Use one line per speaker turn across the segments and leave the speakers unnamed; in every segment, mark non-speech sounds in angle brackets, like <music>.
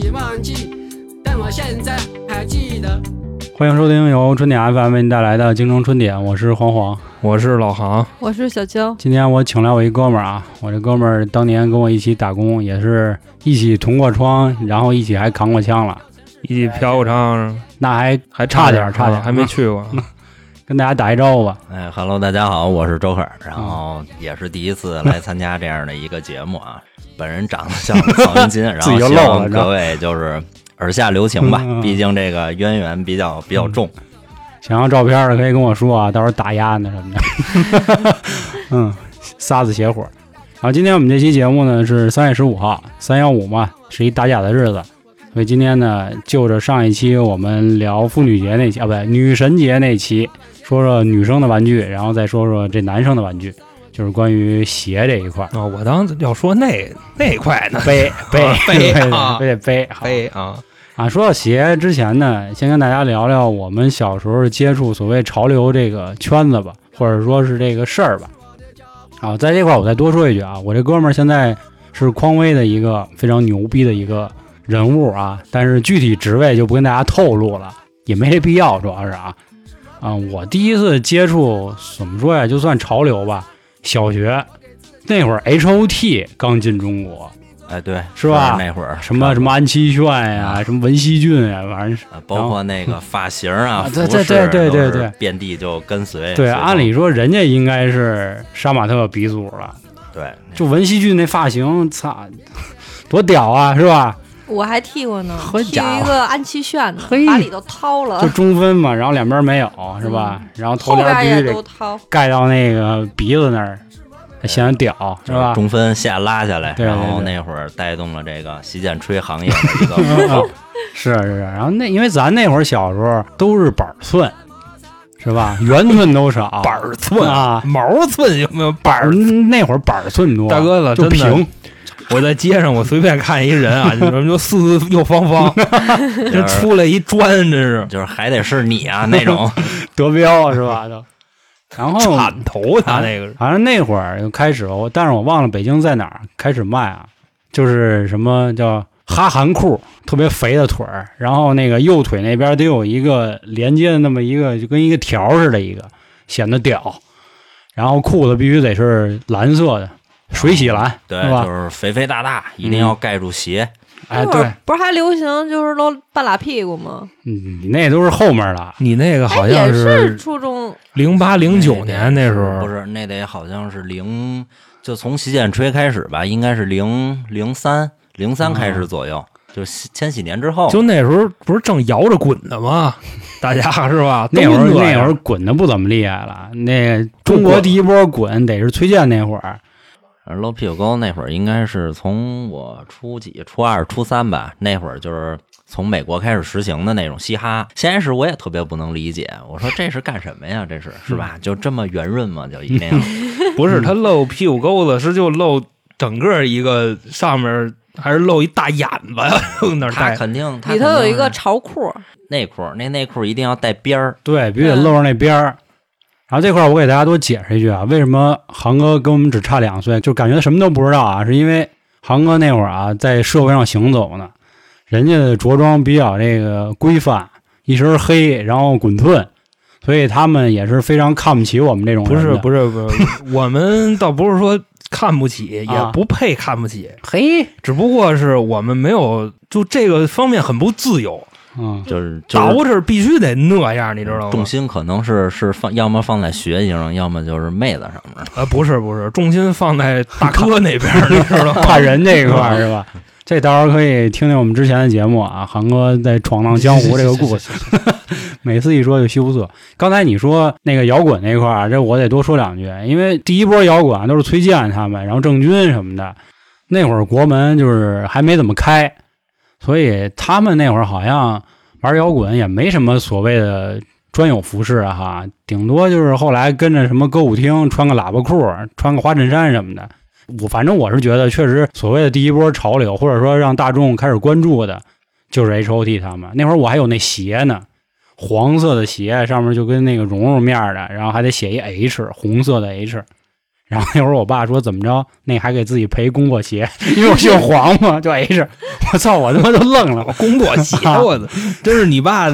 经忘记，但我现在还记得。
欢迎收听由春点 FM 为您带来的《京城春点》，我是黄黄。
我是老航，
我是小娇，
今天我请来我一哥们儿啊，我这哥们儿当年跟我一起打工，也是一起捅过窗，然后一起还扛过枪了，
一起嫖过娼，
那还
还
差点儿哎差点儿嗯
还没去过。
跟大家打一招呼吧。
哎哈喽，大家好，我是周克，然后也是第一次来参加这样的一个节目啊。本人长得像曹云金，
<laughs>
然
自己就
后希
漏了是
望
吧
各位就是耳下留情吧
嗯嗯嗯，
毕竟这个渊源比较比较重。
想要照片儿的可以跟我说啊，到时候打压那什么的。 <laughs> 嗯，撒子邪火。然后今天我们这期节目呢是三月十五号，三幺五嘛，是一打假的日子，所以今天呢就着上一期我们聊妇女节那期啊，不对，女神节那期，说说女生的玩具，然后再说说这男生的玩具，就是关于鞋这一块
<laughs>。
儿
啊，我当时要说那那块呢，
背 <laughs> 背
背啊
非得背好
哎啊，
啊！说到鞋之前呢，先跟大家聊聊我们小时候接触所谓潮流这个圈子吧，或者说是这个事儿吧。啊，在这块儿我再多说一句啊，我这哥们儿现在是匡威的一个非常牛逼的一个人物啊，但是具体职位就不跟大家透露了，也没这必要，主要是啊，啊，我第一次接触怎么说呀，就算潮流吧，小学那会儿 H O T 刚进中国，
哎，对，
嗯是吧
那会儿
什么什么安七炫呀、什么文熙俊呀、反正
啊，包括那个发型啊，
啊
服
对
饰
对对对对
都是
对
遍地就跟随。
对，
随风
按理说人家应该是杀马特鼻祖了。
对，
就文熙俊那发型，操，多屌啊，是吧？
我还剃过呢，
呵
剃
家伙
一个安七炫呢
嘿，
把里头掏了
就，中分嘛，然后两边没有，是吧？然后头
啊嗯后
帘
边
必须
也都
得
掏。
盖到那个鼻子那儿，显得屌，是
就是
吧？
中分下拉下来，
对对对哦
然后那会儿带动了这个洗剪吹行业的一
<laughs>
个风暴。
是是是。然后那因为咱那会儿小时候都是板儿寸，是吧？圆寸都少，
板儿寸
啊嗯
毛寸有没有板
板儿
儿？
那会儿板儿寸多，
大哥了，
就
真的
平，
我在街上我随便看一人
<laughs>
啊，你说就四四又方方，
嗯
这
就是
出来一砖，真是
就是还得是你啊那
<laughs>
种，
德标是吧？都。然后啊
铲头他啊那个是
好像那会儿就开始我，但是我忘了北京在哪儿开始卖啊，就是什么叫哈韩裤，特别肥的腿儿，然后那个右腿那边得有一个连接的那么一个，就跟一个条儿似的，一个显得屌。然后裤子必须得是蓝色的，水洗蓝，
对，
是吧
就？是肥肥大大，
嗯
一定要盖住鞋。
哎，
那会
对
儿，不是还流行就是都半拉屁股吗？
嗯你那都是后面的，
你那个
哎
好
也
像
是初中，
零八零
哎
九年那时
不
候，
是那得好像是零，就从洗剪吹开始吧，应该是零零三零三开始左右，就是千禧年之后。
啊就那时候不是正摇着滚呢吗？大家是吧？
那会儿
都
那
样
会儿滚的不怎么厉害了，那中国第一波滚得是崔健那会儿，
露屁股沟那会儿应该是从我初几、初二、初三吧，那会儿就是从美国开始实行的那种嘻哈。先开始我也特别不能理解，我说这是干什么呀？这
嗯
是是吧？就这么圆润吗？就一定要
<laughs> 不是他露屁股沟子，是就露整个一个上面，还是露一大眼巴呀？ <laughs> 用那儿
他
戴
肯定他
里头
肯
有
定
一
哎
个
是
潮裤，
内裤，那内裤一定要带边儿。
对，必须得
嗯
露着那边儿。然后这块儿我给大家多解释一句啊，为什么航哥跟我们只差两岁，就感觉什么都不知道啊？是因为航哥那会儿啊，在社会上行走呢，人家的着装比较这个规范，一身黑，然后滚寸，所以他们也是非常看不起我们这种人
不是
是，
不是不是，我们倒不是说看不起，也不配看不起，
嘿，
只不过是我们没有就这个方面很不自由，
嗯，
就是就是
捯饬必须得那样，你知道吗
重？心可能是是放，要么放在学习上，要么就是妹子上面。
呃，不是不是，重心放在大哥那边儿，你知道吗？
怕人这一块儿是吧？ <laughs> 这到时候可以听听我们之前的节目啊，航哥在闯荡 <laughs> 江湖这个故事。
事，
每次一说就羞涩。刚才你说那个摇滚那块儿，啊这我得多说两句，因为第一波摇滚啊都是崔健他们，然后郑钧什么的，那会儿国门就是还没怎么开，所以他们那会儿好像玩摇滚也没什么所谓的专有服饰啊哈，顶多就是后来跟着什么歌舞厅穿个喇叭裤，穿个花衬衫什么的。我反正我是觉得，确实所谓的第一波潮流，或者说让大众开始关注的，就是 H O T 他们。那会儿我还有那鞋呢，黄色的鞋，上面就跟那个绒绒面儿的，然后还得写一 H，红色的 H。然后那会儿我爸说怎么着，那还给自己赔功过鞋，因为我姓黄嘛，就 H。我操，我他妈都愣了。
功过鞋，我操，真是你爸，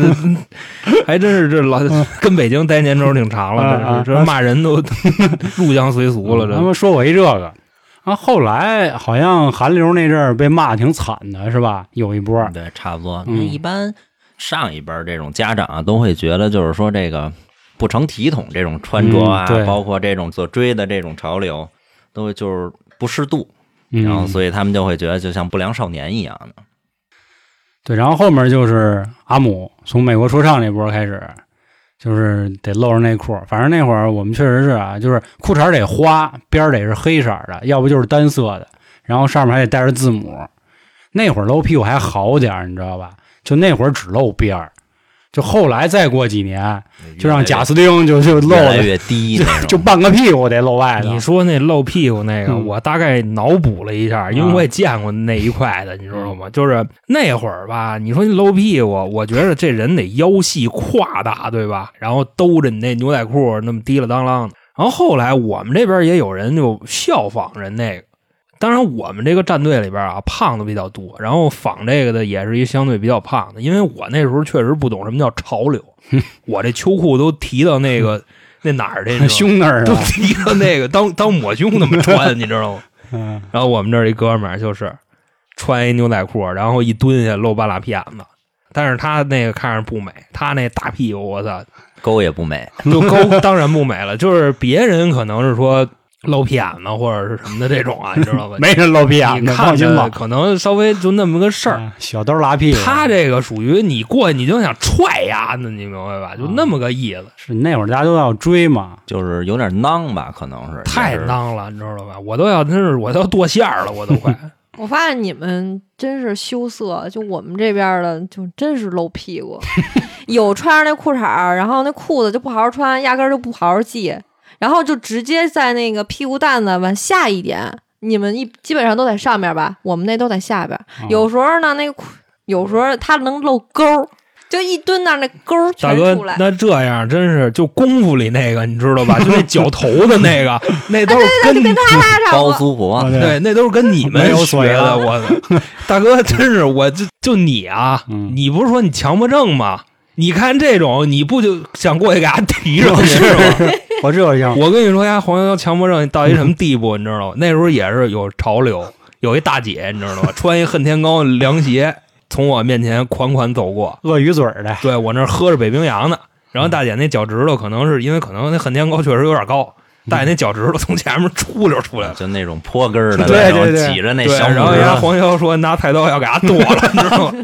还真是这老跟北京待年头挺长
啊
了，
啊
这这骂人都 <laughs> 入乡随俗了，
嗯他
这
们说我一这个。然后后来好像韩流那阵儿被骂挺惨的，是吧？有一波儿，
对，差不多。
嗯
因为一般上一辈儿这种家长啊，都会觉得就是说这个不成体统这种穿着啊，
嗯对
包括这种所追的这种潮流，都会就是不适度，
嗯、
然后所以他们就会觉得就像不良少年一样的。
对，然后后面就是阿姆从美国说唱那波开始，就是得露着内裤。反正那会儿我们确实是啊，就是裤衩得花，边儿得是黑色儿的，要不就是单色的，然后上面还得带着字母。那会儿露屁股还好点儿，你知道吧？就那会儿只露边儿，就后来再过几年，就让贾斯汀就就露
越来
的，
越低
就
那种，
就半个屁股得露外头。
你说那露屁股那个，
嗯
我大概脑补了一下，因为我也见过那一块的，你知道吗？就是那会儿吧，你说你露屁股，我觉得这人得腰细胯大，对吧？然后兜着你那牛仔裤那么滴了当啷的。然后后来我们这边也有人就效仿人那个，当然我们这个战队里边啊，胖的比较多，然后仿这个的也是一相对比较胖的，因为我那时候确实不懂什么叫潮流，我这秋裤都提到那个那哪儿去了？
胸那儿
都
啊，
提到那个当当抹胸那么穿，你知道吗？
嗯，
然后我们这儿一哥们儿就是穿一牛仔裤，然后一蹲下露半拉屁眼子，但是他那个看着不美，他那大屁股我操，
沟也不美。
就
<laughs>
高当然不美了，就是别人可能是说露屁眼子或者是什么的这种啊，你知道吧？
<laughs> <laughs> 没人露屁眼
你
子，
看
放心
着
吧。
可能稍微就那么个事儿，
啊小兜拉屁股。
他这个属于你过去你就想踹呀，那你明白吧？就那么个意思。
是那会儿大家都要追嘛，
就是有点囊吧，可能是
太
囊。
囊了，你知道吧？我都要真是我都要剁馅儿了，我都快。
我发现你们真是羞涩，就我们这边儿的，就真是露屁股， <laughs> 有穿上那裤衩儿，然后那裤子就不好好穿，压根儿就不好好系，然后就直接在那个屁股蛋子往下一点。你们一基本上都在上面吧，我们那都在下边儿。
哦
啊
有时候呢，那个裤，有时候它能露沟儿，就一蹲那儿，那沟儿
大
全
哥
出来，。
那这样真是就功夫里那个，你知道吧？就那脚头的那
<laughs>
个，那都是
啊
跟
他差不
包
多
租婆
啊，
对，那都是跟你
没啊
们
有
学
水
的。
了
我操，大哥，真是我就就你啊，
嗯
你不是说你强迫症吗？你看这种，你不就想过去给他提上去是吗？
我这有样，
我跟你说，丫黄潇强迫症到一什么地步，你知道吗？那时候也是有潮流，有一大姐，你知道吗？穿一恨天高凉鞋，从我面前款款走过，
鳄鱼嘴儿 <laughs> 的，
<laughs> 对我那儿喝着北冰洋呢。
嗯
然后大姐那脚趾头，可能是因为可能那恨天高确实有点高，
嗯
大姐那脚趾头从前面出溜出
<laughs>
来了。
啊就那种坡根儿的
对
那种，
对对
挤着那
嗯对，
小
然
拇
后人家
指，
黄潇说拿菜刀要给他剁了， <laughs> 你知道吗？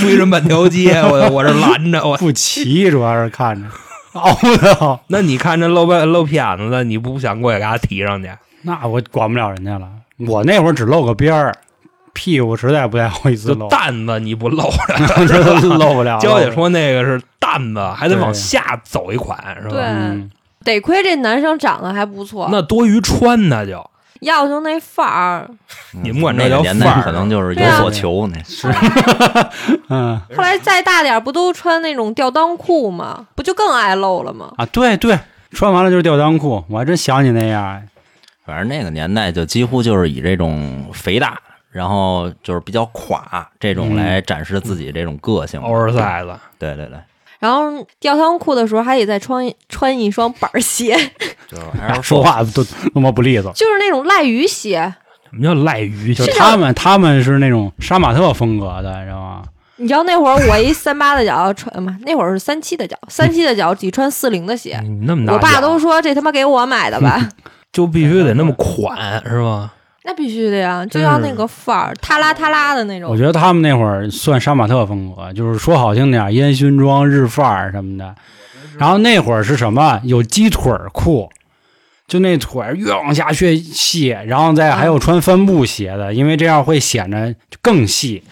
追着满条街，我我这拦着我。 <laughs>
不齐，主要是看着嗷的，
那你看这露背露屁眼子的，你不想过去给他提上去？
那我管不了人家了。我那会儿只露个边儿，屁股实在不太好意思
就
<laughs> 露，
担子你不露着，
露不了。
娇姐
露不了，
说那个是担子，还得往下走一款，是吧？
对
嗯，
得亏这男生长得还不错，
那多余穿呢就，
要不就那范儿。
嗯
你们管这
那个
叫
年
范
代
儿
可能就是
对
有
啊
所求呢。
嗯
后来再大点儿不都穿那种吊裆裤吗？不就更爱露了吗？
啊，对对，穿完了就是吊裆裤，我还真想起那样。
反正那个年代就几乎就是以这种肥大，然后就是比较垮这种
嗯
来展示自己这种个性。
欧尔赛子，
对对对，
然后吊裆裤的时候还得再穿一穿一双板儿鞋， <laughs>
就是还是
说话都他妈不利索。
就是那种赖鱼鞋，
什么叫赖鱼？
就
就是
他们，他们是那种杀马特风格的，知道吗？
你知道那会儿我一三八的脚穿嘛，那会儿是三七的脚，三七的脚只穿四零的
嗯
鞋，
你那么大
我
脚，
爸
啊
都说这他妈给我买
<laughs>
的吧，
就必须得那么款，是吧？
那必须的呀，就要那个范儿，塌拉塌拉的那
嗯我
种。
觉得他们那会儿算杀马特风格，就是说好听点儿，烟熏妆、日范儿什么的。然后那会儿是什么？有鸡腿儿裤，就那腿儿越往下越细，然后再还有穿帆布鞋的，因为这样会显得更细。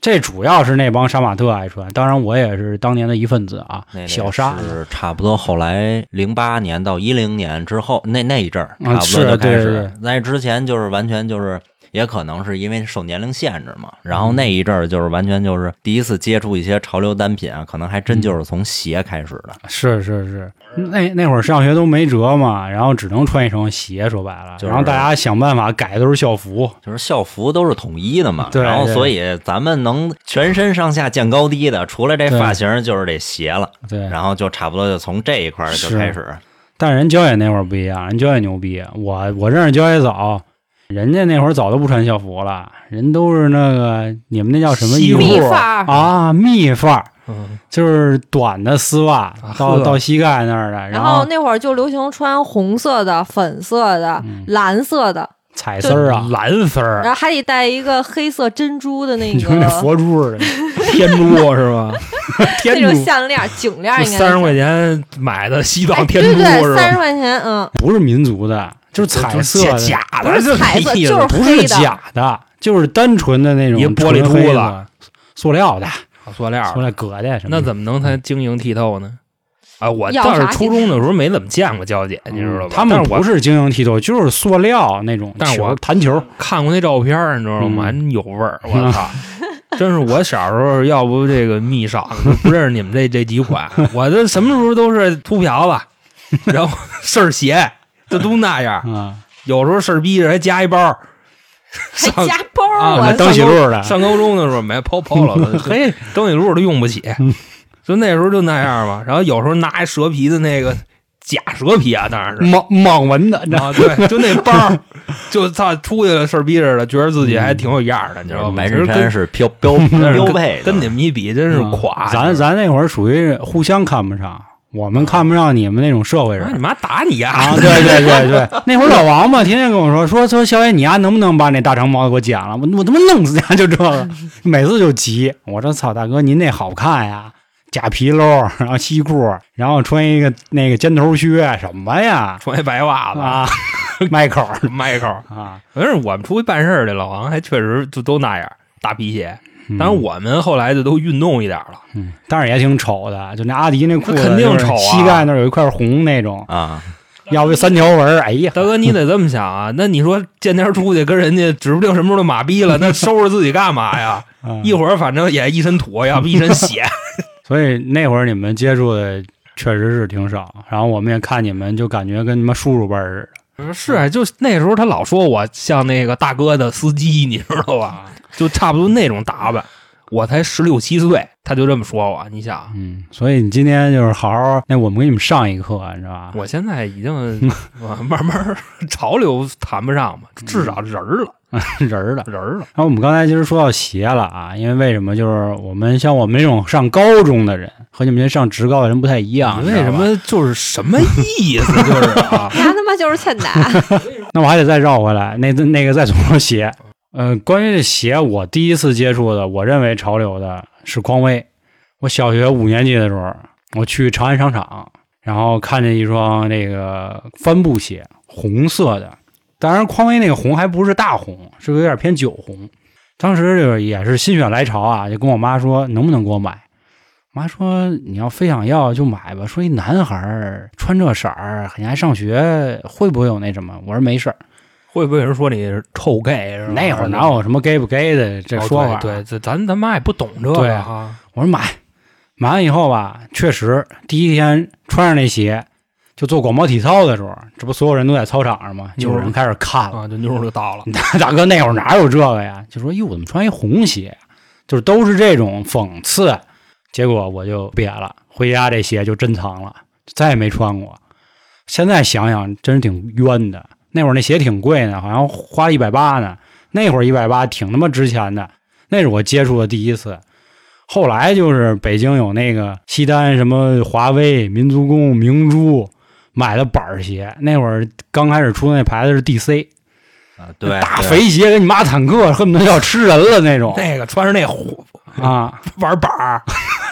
这主要是那帮杀马特爱穿，当然我也是当年的一份子啊
那，
小杀。
是差不多后来零八年到一零年之后那那一阵儿，
嗯
差不
是
多就开
对
始。那之前就是完全就是也可能是因为受年龄限制
嗯
嘛。然后那一阵儿就是完全就是第一次接触一些潮流单品啊，可能还真就是从鞋开始的，
是是是，那那会儿上学都没辙嘛，然后只能穿一双鞋，说白了，
就是
然后大家想办法改都是校服，
就是校服都是统一的嘛。
对
然后
对
所以咱们能全身上下见高低的，除了这发型就是这鞋了。
对。
然后就差不多就从这一块儿就是开始，
但人焦爷那会儿不一样，人焦爷牛逼，我我认识焦爷早。人家那会儿早都不穿校服了，人都是那个你们那叫什么
西
衣服
密发儿
啊？密发儿，
嗯，
就是短的丝袜
啊
到
呵
到膝盖那儿的，
然
后
后那会儿就流行穿红色的、粉色的、
嗯
蓝色的，
彩丝儿
呃
啊，
蓝丝
然
儿，
后还得带一个黑色珍珠
<laughs>
的那
你说那
个
佛珠似的，
天珠是吧？
那
天
种
珠，
项链儿、颈链儿，应该
三十
是
块钱买的西
哎
藏
对
天珠
对，
是
三
吧？
十块钱，嗯，
不是民族的，就是彩色的，
假
不
的，
是彩色，
这意思
就是
不
黑
是
的。
假的，就是单纯的那种
一玻璃
纯黑
珠
的、
子，
塑料的、
塑料
塑
儿，嗯
料革的什么
那
的。
怎么能才晶莹剔透呢？啊，我
要
倒是
啥
初中
劲
的时候没怎么见过娇姐，你知道吧？
嗯他们
但是我
不是晶莹剔透，就是塑料那种
但是
球
我
弹球，
看过那照片儿，你知道吗？
嗯
真有味 <laughs> 儿，我操！真是我小时候要不这个密上，不认识你们这这几款，我这什么时候都是秃瓢子，然后 <laughs> 事儿鞋，这都那样。
啊，
有时候事儿逼着还加一包儿。
还
上
加包儿
啊
我
那
操，
当！洗路的，
上高中的时候买抛抛
<laughs>
了，嘿，蒸洗露都用不起，
嗯
就那时候就那样吧。然后有时候拿一蛇皮的那个假蛇皮啊，当然是。
莽莽纹的，那
啊，对，就那包儿，就操出去了，事儿逼着了，觉得自己还挺有样儿的，你知
就
道
是
吗？
白
其实
衬
跟
衫是标
<laughs>
标
但是
标
跟
配的，
跟你们一比，真是垮。
嗯咱咱那会儿属于互相看不上，我们看不上你们那种社会
啊你
人。
妈打你呀！
啊，对对对对， <laughs> 那会儿老王嘛，天天跟我说说说，小野你丫、能不能把那大长毛给我剪了？我我他妈弄死他，就这
<laughs>
个，每次就急。我说操，大哥您那好看呀，假皮褛，然后西裤，然后穿一个那个尖头靴，什么呀？
<laughs> 穿一白袜子， <laughs>
啊，迈克尔
迈克尔。 <laughs>
啊，
反正我们出去办事儿去，老王还确实就都那样，大皮鞋。
嗯
当然，我们后来就都运动一点了。
嗯但是也挺丑的，就那阿迪那裤子，
那肯定丑啊
就是膝盖那儿有一块红那种，
啊，
要不三条纹儿，哎呀，
<laughs> 大哥，你得这么想啊，那你说见天儿出去跟人家，指不定什么时候就马逼了，那收拾自己干嘛呀？
<laughs> 嗯
一会儿反正也一身土，要不一
<laughs>
身血。
所以那会儿你们接触的确实是挺少，然后我们也看你们就感觉跟他妈叔叔辈儿似的。
是，啊就那时候他老说我像那个大哥的司机，你知道吧？就差不多那种打扮。我才十六七岁，他就这么说我。你想，
嗯，所以你今天就是好好，那我们给你们上一课，你知道吧？
我现在已经
<laughs>
我慢慢儿潮流谈不上吧，至少人儿了，
<laughs> 人儿的。
人儿了。
然后我们刚才其实说到鞋了啊，因为为什么就是我们像我们这种上高中的人和你们这上职高的人不太一样，
为
你知
什
啊道吧？
么就是什么意思？就是啊 <laughs>
他他妈就是欠打，
那我还得再绕回来，那那个再从说鞋。呃，关于这鞋，我第一次接触的，我认为潮流的是匡威。我小学五年级的时候，我去长安商场，然后看见一双那个帆布鞋，红色的。当然，匡威那个红还不是大红，是有点偏酒红。当时就是也是心血来潮啊，就跟我妈说能不能给我买。妈说你要非想要就买吧。说一男孩儿穿这色儿，你还上学，会不会有那什么？我说没事儿，
会不会有人说你是臭 gay 是吧？
那会儿哪有什么 gay 不 gay 的这
哦
说法？
对，对这咱咱妈也不懂这
对
个
啊
啊。
我说买，买完以后吧，确实第一天穿上那鞋，就做广播体操的时候，这不所有人都在操场上吗？
妞
就
儿
有人开始看了。
啊，这妞儿就到了，
<laughs> 大哥，那会儿哪有这个呀？就说哟，我怎么穿一红鞋？就是都是这种讽刺。结果我就瘪了，回家这鞋就珍藏了，再也没穿过。现在想想，真是挺冤的。那会儿那鞋挺贵呢，好像花一百八呢。那会儿一百八挺他妈值钱的，那是我接触的第一次。后来就是北京有那个西单什么华威、民族宫、明珠，买的板儿鞋。那会儿刚开始出那牌子是 DC，
啊对，
大
对
肥鞋跟你妈坦克恨不得要吃人了那种
那个穿着那虎
啊！
玩板儿，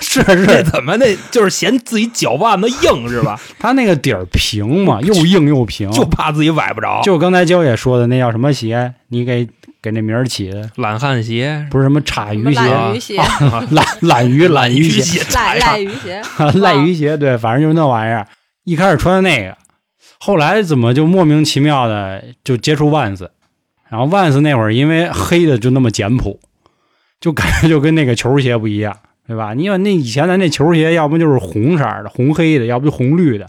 是
<laughs> 这
是，
怎么那就是嫌自己脚腕子硬是吧？
它那个底儿平嘛，又硬又平，
哦 <laughs> 就怕自己崴不着。
就刚才娇姐说的那叫什么鞋？你给给那名儿起的，
懒汉 <laughs> 鞋、
不是什么叉
什
鱼
么
鞋、
懒
啊
鱼鞋、
懒懒鱼、懒鱼鞋、，
<laughs> 鞋
赖
啥呀
赖鱼鞋
<laughs> 赖鱼鞋，对，反正就是那玩意儿。一开始穿的那个，后来怎么就莫名其妙的就接触万斯，然后万斯那会儿因为黑的就那么简朴，就感觉就跟那个球鞋不一样，对吧？你看那以前咱那球鞋，要不就是红色儿的、红黑的，要不就红绿的，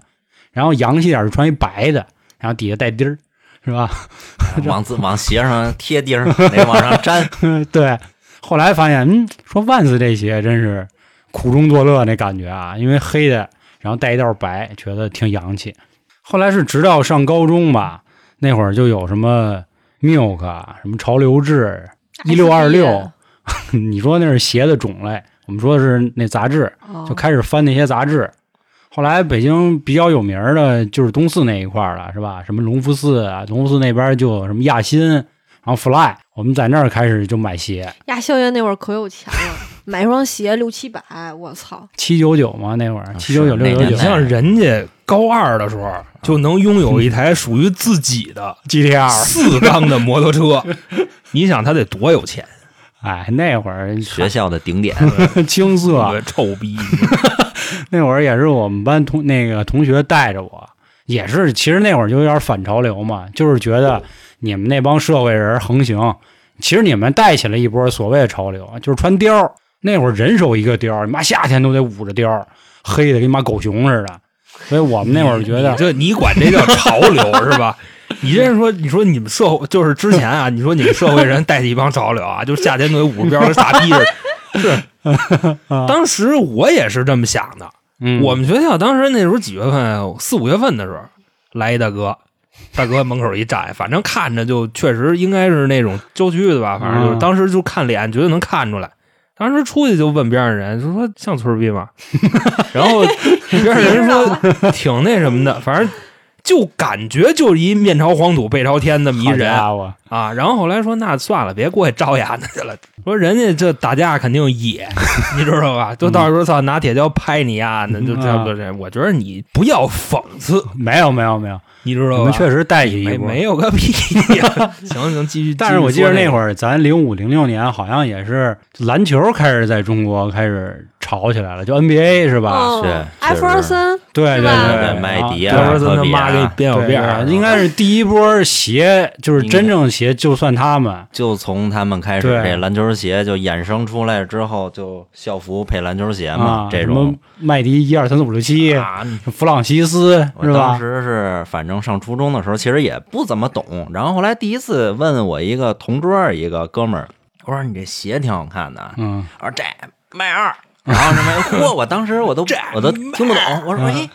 然后洋气点儿就穿一白的，然后底下带钉儿，是吧？
往自往鞋上 <laughs> 贴钉儿，那往上
<laughs>
粘，
对，后来发现，嗯，说万斯这鞋真是苦中作乐那感觉啊，因为黑的，然后带一道白，觉得挺洋气。后来是直到上高中吧，那会儿就有什么 Milk 啊，什么潮流志，1626
哎
你说那是鞋的种类，我们说的是那杂志，
哦
就开始翻那些杂志。后来北京比较有名儿的就是东四那一块儿了，是吧？什么隆福寺啊，隆福寺那边儿就有什么亚新，然后 Fly，我们在那儿开始就买鞋。
呀，校园那会儿可有钱了，买双鞋六七百，我操！
七九九嘛，那会
啊
儿七
是
九九
那
六九
年
九
你像人家高二的时候就能拥有一台属于自己的
GTR，
四缸的摩托车， <laughs> 你想他得多有钱？
哎，那会儿
学校的顶点。
<laughs> 青涩，
个臭逼！
那会儿也是我们班同那个同学带着我，也是其实那会儿就有点反潮流嘛，就是觉得你们那帮社会人横行，其实你们带起了一波所谓的潮流，就是穿貂儿。那会儿人手一个貂儿，你妈夏天都得捂着貂儿，黑的跟你妈狗熊似的。所以我们那会儿觉得
你这你管这叫潮流
<laughs>
是吧？你这是说，你说你们社会就是之前啊，你说你们社会人带起一帮潮流啊，就是夏天都五标跟傻逼似的。
<laughs>
是，当时我也是这么想的。
嗯
我们学校当时那时候几月份，啊四五月份的时候，来一大哥，大哥门口一站，反正看着就确实应该是那种郊区的吧，反正就是
嗯
当时就看脸，绝对能看出来。当时出去就问边上人，就说像村儿逼吗？ <laughs> 然后边上人说挺那什么的，反正就感觉就是一面朝黄土背朝天那么一
好
人
家伙，
啊。然后后来说那算了，别过去招牙那去了。说人家这打架肯定野， <laughs> 你知道吧？就到时候操拿铁锹拍你啊，那就
嗯
差不多这样。我觉得你不要讽刺，
没有没有没有，
你知
我
道吧？
们确实带起一
没
波。
没有个屁呀、
<laughs>
行行，继续。
但是我记
继续
得
说
那
儿
会儿，咱零五零六年好像也是篮球开始在中国开始炒起来了，就 NBA 是吧？
哦
是
艾弗尔森，
对
是
对
吧
对，
麦迪
啊
啊
要不然咱他妈给
科比
你编
啊
小
对对
辫儿，
对应该是第一波鞋，就是真正鞋，就算他们
就从他们开始，
对
这篮球鞋就衍生出来之后，就校服配篮球鞋嘛，
啊，
嗯这
什
种
么。麦迪一二三四五六七，
啊，你
弗朗西斯
我
是
当
吧？
时是，反正上初中的时候，其实也不怎么懂。然后后来第一次问我一个同桌儿一个哥们儿，我说你这鞋挺好看的啊，
嗯，
我说这卖二，然后什
<laughs>
么，嚯！我当时我都我都听不懂，我说
嗯
哎，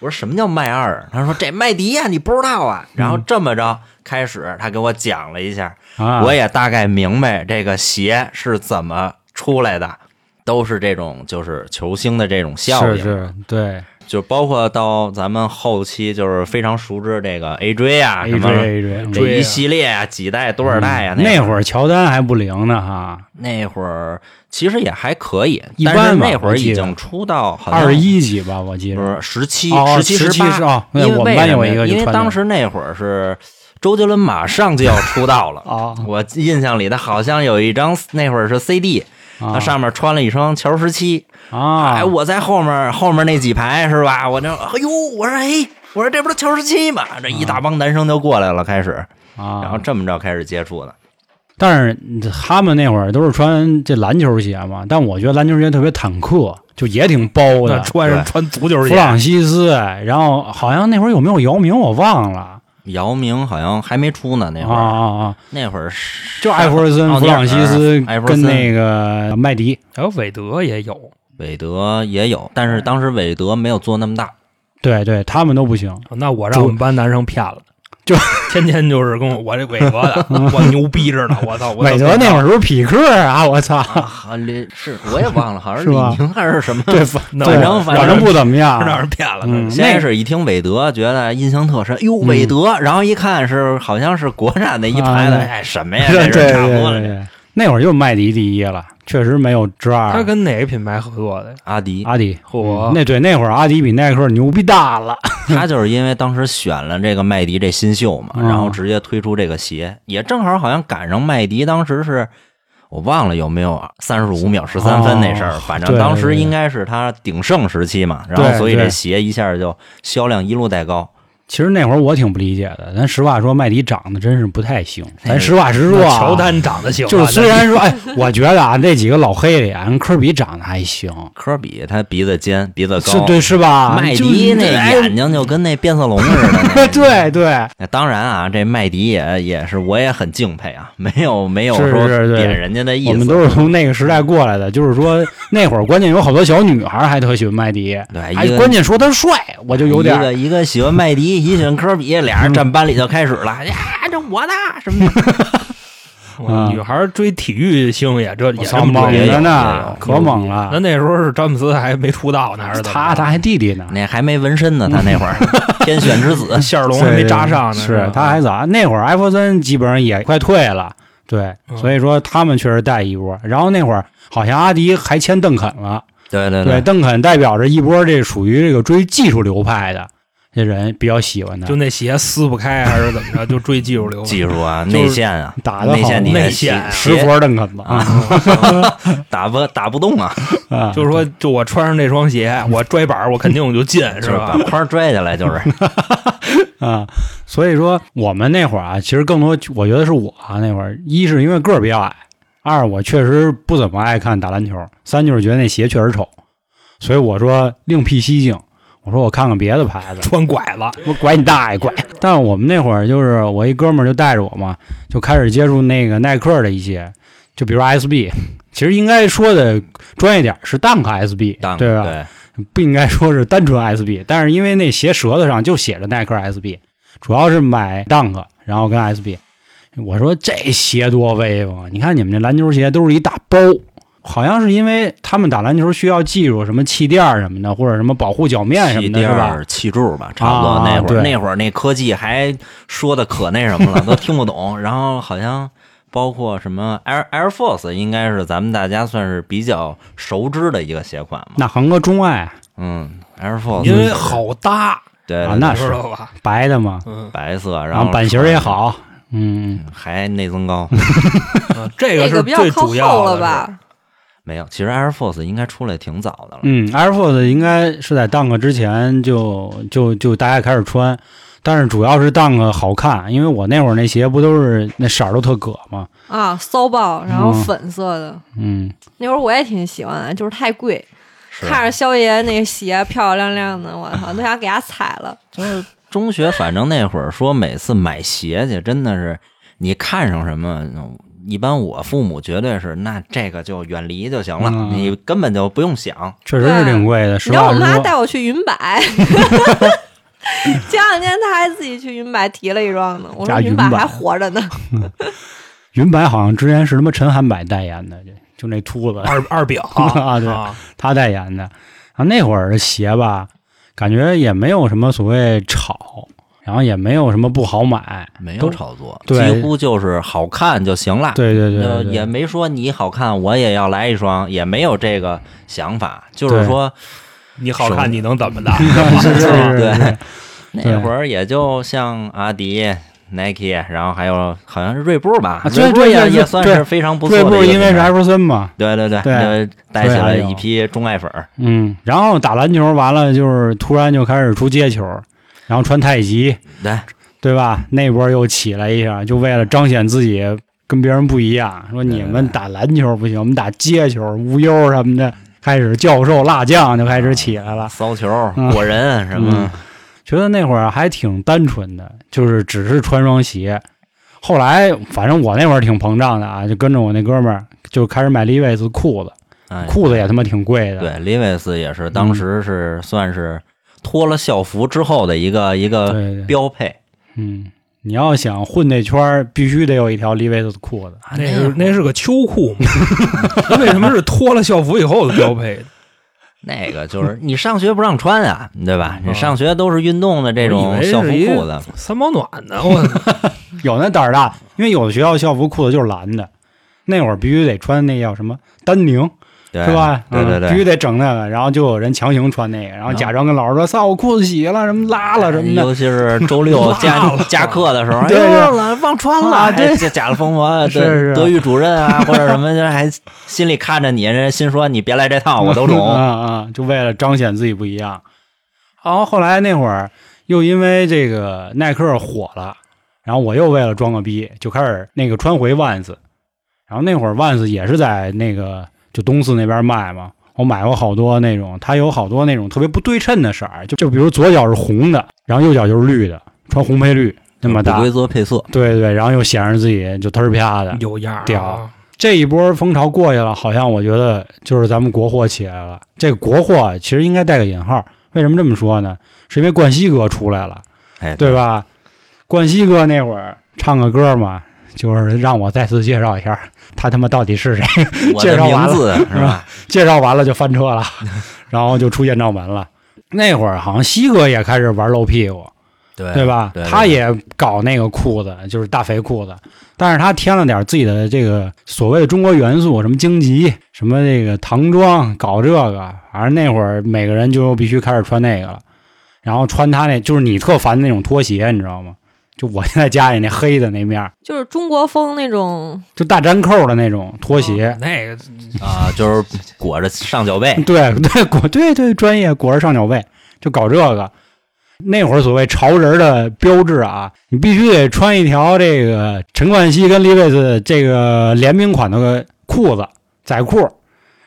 我说什么叫卖二？他说这麦迪呀、你不知道啊。然后这么着开始，他给我讲了一下，
嗯啊，
我也大概明白这个鞋是怎么出来的。都是这种，就是球星的这种效应，
是是，对
就包括到咱们后期，就是非常熟知这个 AJ 啊，
，A
什么
J 嗯 A J，
这
追
一
啊
系列啊，几代多少代啊，
嗯那
那
会
儿
儿乔丹还不灵呢哈，
那会儿其实也还可以，
一
但
般
是
吧
那会
我
儿
记
已
得
经出到好像
二十一级吧，我记
不
得。
是十七、
哦
七、
17
八
是哦那
因为
我们
为
班
什
有
么
一个
呀
就
因为
穿那
当
个
时那会儿是周杰伦马上就要出道了
哦
我印象里他好像有一张那会儿是 CD，
啊
他上面穿了一双乔十七，
啊，
哎，我在后面后面那几排是吧？我那哎呦，我说哎，我说这不是乔十七吗？这一大帮男生就过来了，开始，
嗯啊，
然后这么着开始接触的。
但是嗯他们那会儿都是穿这篮球鞋嘛，但我觉得篮球鞋特别坦克，就也挺包
那
的。
穿
对
上穿足球
弗
鞋，
朗西斯，然后好像那会儿有没有姚明我忘了
姚明好像还没出呢，那
啊
会儿、
啊
<laughs>
啊！
那会儿是哦
就艾弗尔森、
奥
弗
尼尔
朗西斯
艾弗尔
跟
森
那个麦
哦
迪
还有韦德也有，
韦德也有，但是当时韦德没有做那
<laughs>
么大。
对对，他们都不行。
那我让我们班男生骗了，
<laughs> 就
天天就是跟我我这韦德
<laughs>
的，我牛逼着呢，我操，我
韦德那会儿是不是匹克啊？我
<laughs>
操！
啊，好李是我也忘了，好像
是
是
吧
李宁还是什么。
对，
那
对
我
正反
反正
正
不怎么样
是。让人骗了，
嗯
那
先开始一听韦德，觉得印象特深，哟，韦德，然后一看是好像是国产的一牌子，
嗯啊
哎，什么呀，
<laughs> 对对
这是
对
差不多了。这
对，那会儿就麦迪第一了，确实没有之二。
他跟哪个品牌合作的呀？
阿迪，
阿迪，
嚯
嗯那对那会儿阿迪比耐克牛逼大了。 <laughs>
他就是因为当时选了这个麦迪这新秀嘛，
嗯
然后直接推出这个鞋，也正好好像赶上麦迪当时是我忘了有没有三十五秒十三分那事儿，
哦
反
对
正当时应该是他鼎盛时期嘛，然
对
后所以
对
这鞋一下就销量一路带高。
其实那会儿我挺不理解的，咱实话说，麦迪长得真是不太行。
哎
咱实话实说啊，
乔丹长得行啊，
就是虽
那
然说，哎，我觉得啊，这几个老黑里啊，科比长得还行，
科比他鼻子尖，鼻子
是
高，
对是吧？
麦
就
迪那
哎
眼睛就跟那变色龙似
<laughs>
的。那
对对，
那当然啊，这麦迪也也是，我也很敬佩啊，没有没有
是
说
是是
贬人家的意思。啊
我们都是从那个时代过来的，就是说那会儿关键有好多小女孩还特喜欢麦迪，
对
还
哎一个
关键说他帅，我就有点
一
儿嗯
个一个喜欢麦迪，一喜欢科比，俩人站班里就开始了，哎呀，这我的什么的，
我女孩追体育星也这也这
操
么
猛着
追
也有也有
呢，可猛
那
了。
那时候是詹姆斯还没出道呢，还是怎么着
他他还弟弟呢，
那还没纹身呢，他那
<laughs>
会儿天选之子，
线儿龙还没扎上呢，
对对
吧
是他还早。那会儿艾弗森基本上也快退了，对，
嗯
所以说他们确实带一波。然后那会儿好像阿迪还签邓肯了，
对对
对，，邓肯代表着一波这属于这个追技术流派的这人比较喜欢他
就，那鞋撕不开还是怎么着，就追技术流。
技术啊，
就是
内线啊，
打得好
内线底下
内线啊
十
鞋
佛邓肯吧
啊，打不打不动啊，
啊，
嗯就是说，就我穿上那双鞋，我拽板儿我肯定我就进，
就是是把
吧？
框拽下来，
<laughs>
就是
啊，所以说我们那会儿啊，其实更多我觉得是我啊那会儿，一是因为个儿比较矮，二我确实不怎么爱看打篮球，三就是觉得那鞋确实丑，所以我说另辟蹊径，我说我看看别的牌子，
穿拐子，
我拐你大爷
<laughs>
拐！但是我们那会儿就是我一哥们儿就带着我嘛，就开始接触那个耐克的一些，就比如 SB，其实应该说的专业点儿是 Dunk SB，
当
对啊吧？
对，
不应该说是单纯 SB，但是因为那鞋舌头上就写着耐克 SB，主要是买 Dunk，然后跟 SB。我说这鞋多威风啊！你看你们这篮球鞋都是一大包，好像是因为他们打篮球需要技术，什么气垫儿什么的，或者什么保护脚面什
气
么的，是
垫
吧？
儿、气柱吧，差不多。
啊
那会
对
儿那会儿那科技还说的可那什么了，都听不懂。然后好像包括什么 Air Air Force，应该是咱们大家算是比较熟知的一个鞋款嘛。
那航哥钟爱
嗯，Air Force，
因为好搭，
对
啊
对
那
知
是
道吧？
白的嘛，
嗯，
白色，
然后版型儿也，好，嗯，
还内增高。
啊这
这
个是
比较
最
靠
主
后
要
了
的
吧？？
没有，其实 Air Force 应该出来挺早的了。
嗯，Air Force 应该是在 Dunk 之前就就就大家开始穿，但是主要是 Dunk 好看，因为我那会儿那鞋不都是那色儿都特葛嘛，
啊，骚爆，然后
嗯
粉色的。
嗯，
那会儿我也挺喜欢的，就是太贵，
是
看着肖爷那个鞋漂漂亮亮的，我操，都想给他踩了。
就是中学，反正那会儿说每次买鞋去，真的是你看上什么，一般我父母绝对是那这个就远离就行了，
嗯
你根本就不用想。
确实是挺贵的，
你
实
知道
话
我
实
妈
说，
带我去云柏，
<laughs>
前两天她还自己去云柏提了一双呢。我
加
说
云
云
柏
柏还活着呢，
云白好像之前是他妈陈汉柏代言的，就就那秃 <laughs> 子，
二二表
啊对他代言的。然后那会儿的鞋吧，感觉也没有什么所谓炒，然后也没有什么不好买，
没有
都
炒作，
对
几乎就是好看就行了。
对对对
呃
对对 <laughs>
也没说你好看，我也要来一双，也没有这个想法。就是
对
说
你好
手
看你能怎么的？
是是
是吧
是
对
是
那会儿也就像阿迪、Nike，然后还有好像是锐步吧，
啊对
锐步
对
也
对
也
对
算
对
是非常不错
锐
的一个
步
品牌。
因为是艾弗森嘛，
对对对，
对
就带起
所
了
以还有
一批钟爱粉儿。
嗯，然后打篮球完了，就是突然就开始出街球，然后穿太极，
对，
对吧？那波又起来一下，就为了彰显自己跟别人不一样，说你们打篮球不行，我们打街球、无忧什么的，开始教授、辣酱就开始起来了。
骚球、果仁什么
嗯，觉得那会儿还挺单纯的，就是只是穿双鞋。后来，反正我那会儿挺膨胀的啊，就跟着我那哥们儿就开始买 Levi's 裤子，
哎，
裤子也他妈挺贵的。
对，李维斯也是
嗯
当时是算是脱了校服之后的一个
对
一个
对对，
标配。
嗯，你要想混那圈儿，必须得有一条 Levi's 的裤子。
那是那是个秋
<laughs>
裤嘛？那为什么是脱了校服以后的标配？
那个就是 <laughs> 你上学不让穿啊，对吧？
嗯
你上学都是运动的
我
这
以
种
为是
校服
一
裤子，
三保暖
<laughs>
呢？我操
有那胆儿大，因为有的学校校服裤子就是蓝的，那会儿必须得穿那叫什么丹宁，
对
是吧？
对对嗯
嗯必须
对，
得整那个，然后就有人强行穿那个，然后假装跟老师说：“操，我裤子洗了，什么拉了什么的。
哎尤其是周六
<laughs>
拉
加
了
加课的时候，哎
对对
呦，老忘穿
啊
了，
对
哎，假了
<laughs>
疯魔，
是
对
是
德育主任啊，或者什么，就是还心里看着你，人家心说你别
<laughs>
来
嗯
这套，我都懂
啊。啊！就为了彰显自己不一样。然后后来那会儿又因为这个耐克火了，然后我又为了装个逼，就开始那个穿回 Vans，然后那会儿 Vans 也是在那个就东四那边卖嘛，我买过好多那种，它有好多那种特别不对称的色儿，就就比如左脚是红的，然后右脚就是绿的，穿红配绿那么
不
大，
规则配色，
对对，然后又显示自己就忒儿啪的，
有样儿啊
屌这一波风潮过去了，好像我觉得就是咱们国货起来了。这个国货其实应该带个引号，为什么这么说呢？是因为冠希哥出来了，
哎，
对吧？冠希哥那会儿唱个歌嘛，就是让我再次介绍一下他他妈到底是谁。
我
介
的
绍完
名
了 <laughs>
字是吧？
介绍完了就翻车了，然后就出艳照门了。那会儿好像西哥也开始玩露屁股，
对
对吧？
对对
他也搞那个裤子，就是大肥裤子，但是他添了点自己的这个所谓的中国元素，什么荆棘，什么这个唐装，搞这个。反正那会儿每个人就必须开始穿那个了，然后穿他那就是你特烦的那种拖鞋，你知道吗？就我现在家里那黑的那面儿，
就是中国风那种，
就大粘扣的那种拖
哦
鞋。
嗯那个
啊，就是裹着上脚背，
对 <laughs> 对，裹对对专业裹着上脚背，就搞这个。那会儿所谓潮人的标志啊，你必须得穿一条这个陈冠希跟 Levi's 这个联名款的裤子仔裤，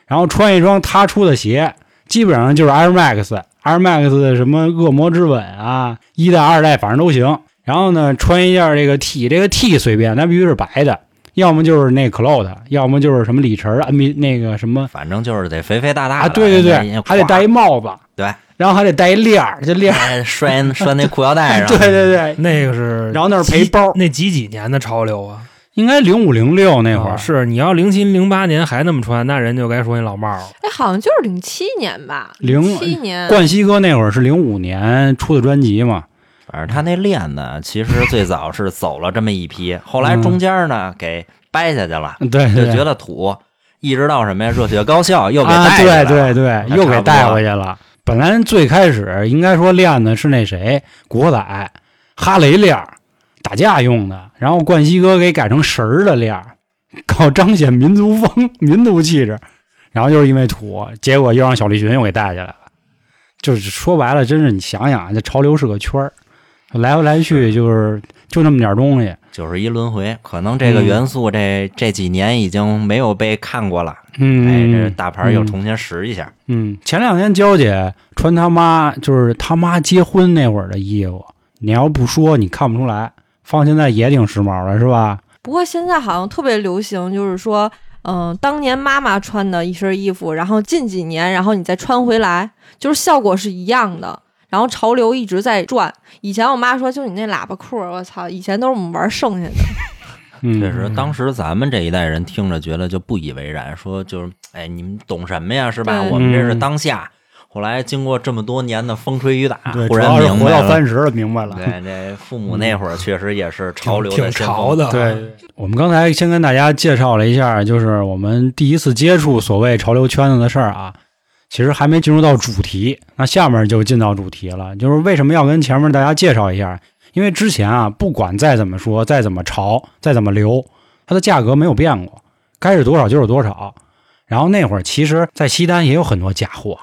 然后穿一双他出的鞋，基本上就是 Air Max、Air Max 的什么恶魔之吻啊，一代、二代反正都行。然后呢，穿一件这个 T，这个 T 随便，那必须是白的，要么就是那 Cloud，要么就是什么李晨儿啊，米那个什么
反正就是得肥肥大大
啊，
的，
对对
人家
对，还得戴一
咵
帽子，
对，
然后还得戴一链儿，这链儿，
哎拴拴那裤腰带
<laughs>
上，嗯
对对对，
那个是，
然后那是赔
几
包
那几几年的潮流啊？
应该零五零六那会
啊
儿，
是你要零七零八年还那么穿，那人就该说你老帽儿了。
哎，好像就是零七年吧，
零
七
嗯
年，
冠希哥那会儿是零五年出的专辑嘛，
反正他那链子其实最早是走了这么一批，后来中间呢给掰下去了，
对对
就
对
觉得土，一直到什么呀？热血高校又给
啊，
带
对
下来了，
对对，
那
又
差
给
不
带
多
回去了。本来最开始应该说练的是那谁国仔哈雷链儿打架用的，然后冠希哥给改成绳儿的链儿，搞彰显民族风、民族气质。然后就是因为土，结果又让小栗旬又给带起来了。就是说白了，真是你想想啊，这潮流是个圈儿，来回来去就是就那么点儿东西。
就是一轮回。可能这个
嗯
元素这这几年已经没有被看过了，
嗯，
哎，这大牌又
嗯
重新拾一下，
嗯，前两天娇姐穿她妈就是她妈结婚那会儿的衣服，你要不说你看不出来，放现在也挺时髦的，是吧？
不过现在好像特别流行，就是说，嗯、当年妈妈穿的一身衣服，然后近几年，然后你再穿回来，就是效果是一样的。然后潮流一直在转。以前我妈说，就你那喇叭裤儿，我操，以前都是我们玩剩下的。
嗯，
确实，当时咱们这一代人听着觉得就不以为然，说就是哎，你们懂什么呀，是吧？
对
我们这是
嗯
当下。后来经过这么多年的风吹雨打，
对，
忽
主
然
要是
明
活
白
到
了。
三十了，明白了。
对，这父母那会儿确实也是潮流
挺
的啊先锋
潮，的，
对，我们刚才先跟大家介绍了一下，就是我们第一次接触所谓潮流圈子的事儿啊，其实还没进入到主题。那下面就进到主题了，就是为什么要跟前面大家介绍一下？因为之前啊，不管再怎么说，再怎么潮，再怎么流，它的价格没有变过，该是多少就是多少。然后那会儿，其实，在西单也有很多假货，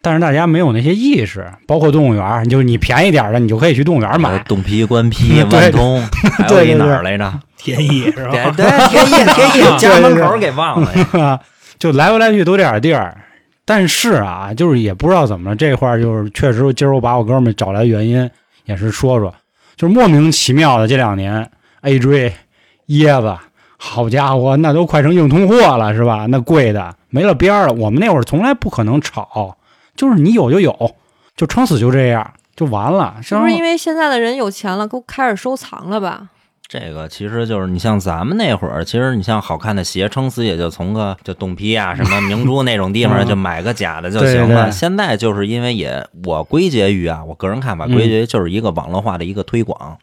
但是大家没有那些意识，包括动物园儿，就是你便宜点儿的，你就可以去动物园儿买。
呃冻皮、官皮、
嗯 <laughs> 对
万通，还有一哪儿来着？
<laughs> 天意是吧？
对对，天意
<laughs>
天意，家门口给忘了。
就来回来去都这点地儿。但是啊，就是也不知道怎么了，这块儿就是确实，今儿我把我哥们儿找来的原因也是说说，就是莫名其妙的这两年，A J、椰子，好家伙，那都快成硬通货了，是吧？那贵的没了边儿了。我们那会儿从来不可能炒，就是你有就有，就撑死就这样就完了。
是不是因
为
为现在的人有钱了，都开始收藏了吧？
这个其实就是你像咱们那会儿，其实你像好看的鞋，撑死也就从个就冻批啊、什么明珠那种地方
嗯
就买个假的就
对
行
对
了。现在就是因为也我归结于啊，我个人看法
嗯
归结于就是一个网络化的一个推广。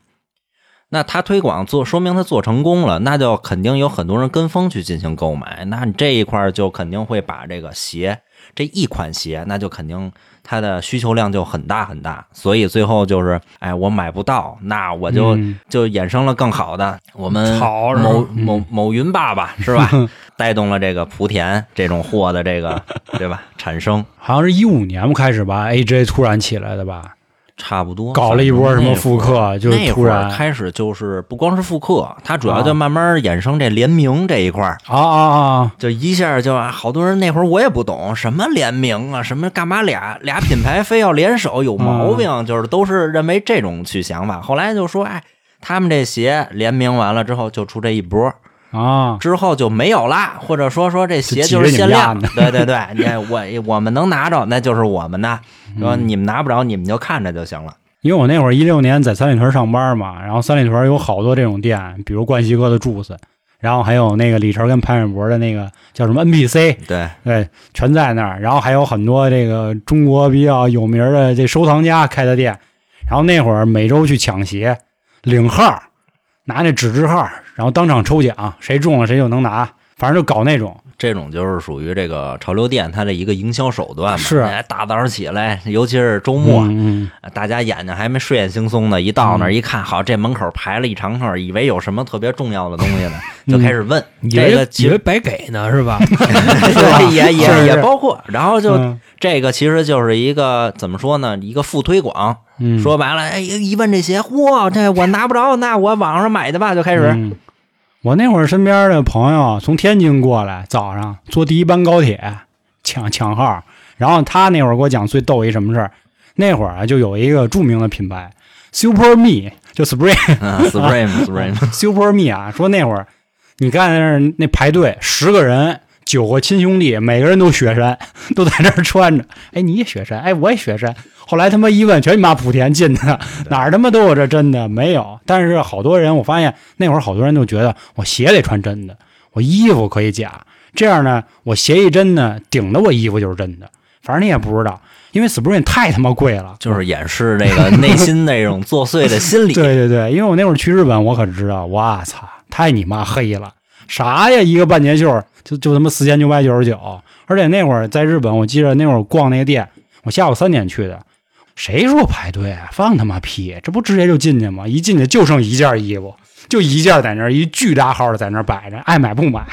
那他推广做，说明他做成功了，那就肯定有很多人跟风去进行购买。那你这一块儿就肯定会把这个鞋这一款鞋，那就肯定它的需求量就很大很大。所以最后就是，哎，我买不到，那我就、
嗯
就衍生了更好的我们
潮是吧
某
嗯
某某云爸爸是
<laughs>
吧？带动了这个莆田这种货的这个 <laughs> 对吧产生。
好像是一五年开始吧，A J 突然起来的吧？
差不多
搞了一波什么复
反正
刻，就
哦那
突
会儿那会
然
儿开始就是不光是复刻，它主要就慢慢衍生这联名这一块儿，
啊啊啊！
就一下就啊好多人那会儿我也不懂什么联名啊，什么干嘛俩俩品牌非要联手有毛病，
嗯
就是都是认为这种去想法。后来就说哎，他们这鞋联名完了之后就出这一波，
啊，
之后就没有啦，或者说说这鞋
就挤
就
着
是限量
你们，
对对对，你看我我们能拿着那就是我们的，
嗯
说你们拿不着你们就看着就行了。
因为我那会儿一六年在三里屯上班嘛，然后三里屯有好多这种店，比如冠希哥的 Juice，然后还有那个李晨跟潘玮柏的那个叫什么 NPC，
对，
对，全在那儿。然后还有很多这个中国比较有名的这收藏家开的店。然后那会儿每周去抢鞋，领号，拿那纸质号，然后当场抽奖，谁中了谁就能拿，反正就搞那种。
这种就是属于这个潮流店它的一个营销手段嘛。
是
哎大早上起来，尤其是周末，
嗯，
大家眼睛还没睡眼惺忪的，一到那儿一看，好，这门口排了一长号，以为有什么特别重要的东西
<laughs>
呢，就
嗯
开始问。
以
这个
为
其
以为
实
白给呢是吧？
<laughs> 也
是是
也也包括，然后就
嗯
这个其实就是一个怎么说呢，一个负推广。
嗯，
说白了，哎，一问这鞋，嚯，这我拿不着，那我网上买的吧，就开始。
嗯我那会儿身边的朋友从天津过来，早上坐第一班高铁抢抢号，然后他那会儿给我讲最逗一什么事儿，那会儿啊就有一个著名的品牌 Super Me，就 Spring
嗯 <laughs> Supreme Supreme，
Super Me 啊，说那会儿你看那儿那排队十个人，九个亲兄弟，每个人都雪山，都在那儿穿着。哎，你也雪山，哎，我也雪山。后来他妈一问，全你妈莆田进的，哪儿他妈都有这真的没有。但是好多人，我发现那会儿好多人就觉得我鞋得穿真的，我衣服可以假，这样呢，我鞋一真呢，顶的我衣服就是真的。反正你也不知道，因为 Spring 太他妈贵了，
就是掩饰这个内心那种作祟的心
<laughs>
理。
对对对，因为我那会儿去日本，我可知道，哇操，太你妈黑了！啥呀，一个半截袖儿就就他妈四千九百九十九，而且那会儿在日本，我记得那会儿逛那个店，我下午三点去的，谁说排队啊？放他妈屁！这不直接就进去吗？一进去就剩一件衣服，就一件在那儿一巨大号的在那儿摆着，爱买不买。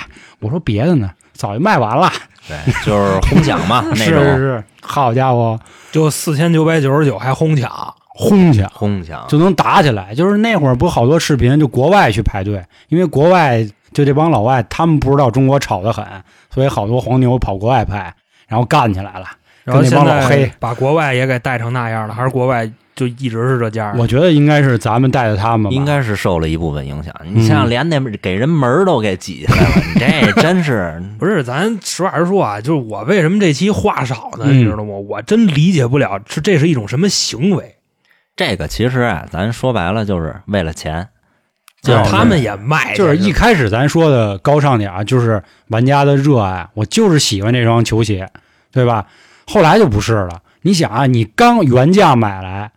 我说别的呢，早就卖完了。
对，就是哄抢
<laughs>
嘛，
是
那
是
种
是，好家伙，
就四千九百九十九还哄抢，
轰去！
哄抢。
就能打起来。就是那会儿不好多视频，就国外去排队，因为国外就这帮老外，他们不知道中国吵得很，所以好多黄牛跑国外拍，然后干起来了。
然后
跟那
现
帮老黑
在把国外也给带成那样了，还是国外就一直是这价儿？
我觉得应该是咱们带着他们吧，
应该是受了一部分影响，你像连那给人门儿都给挤下来了，你这真 <laughs> 是
不是，咱实话实说啊，就是我为什么这期话少呢？
嗯
你知道吗？我真理解不了，这这是一种什么行为？
这个其实啊，咱说白了就是为了钱，
就
对
是他们也卖去，
就是一开始咱说的高尚点啊，就是玩家的热爱，我就是喜欢这双球鞋，对吧？后来就不是了。你想啊，你刚原价买来，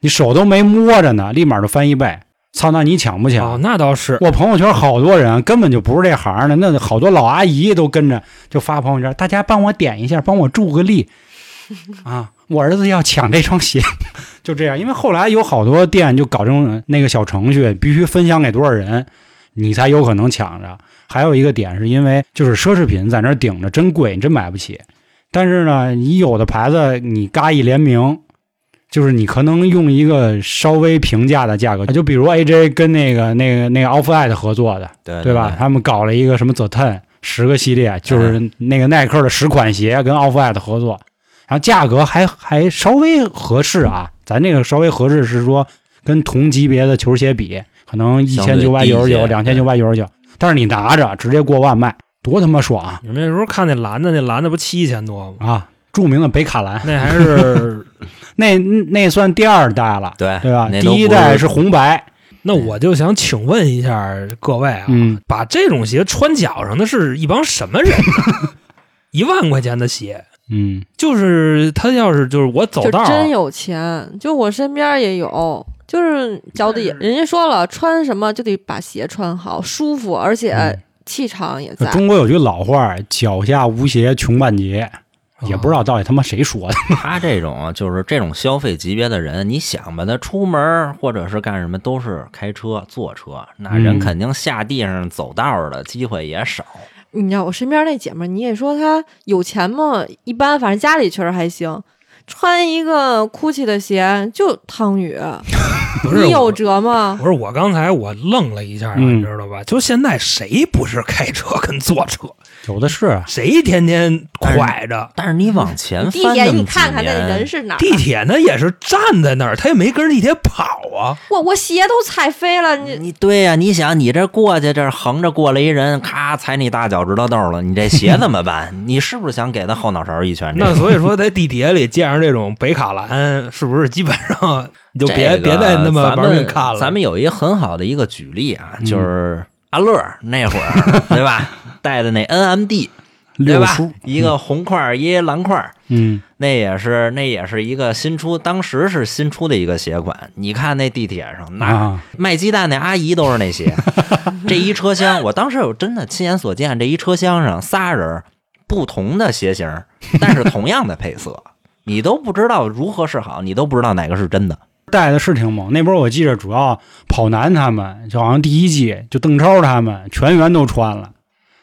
你手都没摸着呢，立马就翻一倍，操，那你抢不抢？啊
哦，那倒是，
我朋友圈好多人啊根本就不是这行的，那好多老阿姨都跟着就发朋友圈，大家帮我点一下，帮我助个力啊！我儿子要抢这双鞋， <laughs> 就这样。因为后来有好多店就搞这种那个小程序，必须分享给多少人，你才有可能抢着。还有一个点是因为就是奢侈品在那儿顶着真贵，你真买不起。但是呢，你有的牌子你嘎一联名，就是你可能用一个稍微平价的价格，就比如 AJ 跟那个那个那个 Off White 合作的，
对哎
对吧？？他们搞了一个什么 The Ten 十个系列，就是那个耐克的十款鞋跟 Off White 合作，然后价格还还稍微合适啊。咱这个稍微合适是说跟同级别的球鞋比，可能一
相
千
对
九百九十
低一
九、
些
两千九百九十九，但是你拿着直接过万卖，多他妈爽啊！
你们那时候看那蓝的，那蓝的不七千多吗？
啊，著名的北卡蓝，
那还
<laughs>
是，
那那算第二代了，
<laughs> 对
对吧？
那
第
都
一
不
代是红白，
那我就想请问一下各位啊，
嗯，
把这种鞋穿脚上的是一帮什么人呢？一万块钱的鞋，
嗯，
就是他要是就是我走
就
道儿，
真有钱，就我身边也有，就是脚底，人家说了，穿什么就得把鞋穿好，舒服，而且
嗯
气场也在。
中国有句老话儿，脚下无鞋穷半截，也不知道到底他妈谁说的。
他这种啊就是这种消费级别的人，你想吧，他出门儿或者是干什么都是开车、坐车，那人
嗯
肯定下地上走道儿的机会也少。
你知道我身边那姐们儿，你也说她有钱嘛，一般，反正家里确实还行。穿一个 GUCCI 的鞋就汤雨，
不是
你有
我
辙吗？
不是我刚才我愣了一下，啊
嗯
你知道吧？就现在谁不是开车跟坐车？
有的是啊，
谁天天拐着？
但是你往前
地
翻 <laughs>
铁
那么
你
几
看看那
年
人是哪儿？
地铁呢也是站在那儿，他也没跟着地铁跑啊。
我我鞋都踩飞了，你
你对呀、你想你这过去，这横着过来一人，咔踩你大脚趾头豆了，你这鞋怎么办？你是不是想给他后脑勺一拳？
<laughs> 那所以说，在地铁里见着这种北卡蓝，是不是基本上你就
这
别
个
别再那么
咱们
玩命看了？嗯
咱们有一个很好的一个举例啊，就是阿乐那
<laughs>
会儿，对吧？带的那 NMD，对
六
吧
叔，？
一个红块儿，一蓝块儿。
嗯，
那也是，那也是一个新出，当时是新出的一个鞋款。你看那地铁上，
嗯
那
啊，
卖鸡蛋那阿姨都是
<laughs>
那鞋，这一车厢，我当时有真的亲眼所见，这一车厢上仨人，不同的鞋型，但是同样的配色，你都不知道如何是好，你都不知道哪个是真的。
<laughs>
带的是挺猛。那波我记着，主要跑男他们，就好像第一季就邓超他们全员都穿了。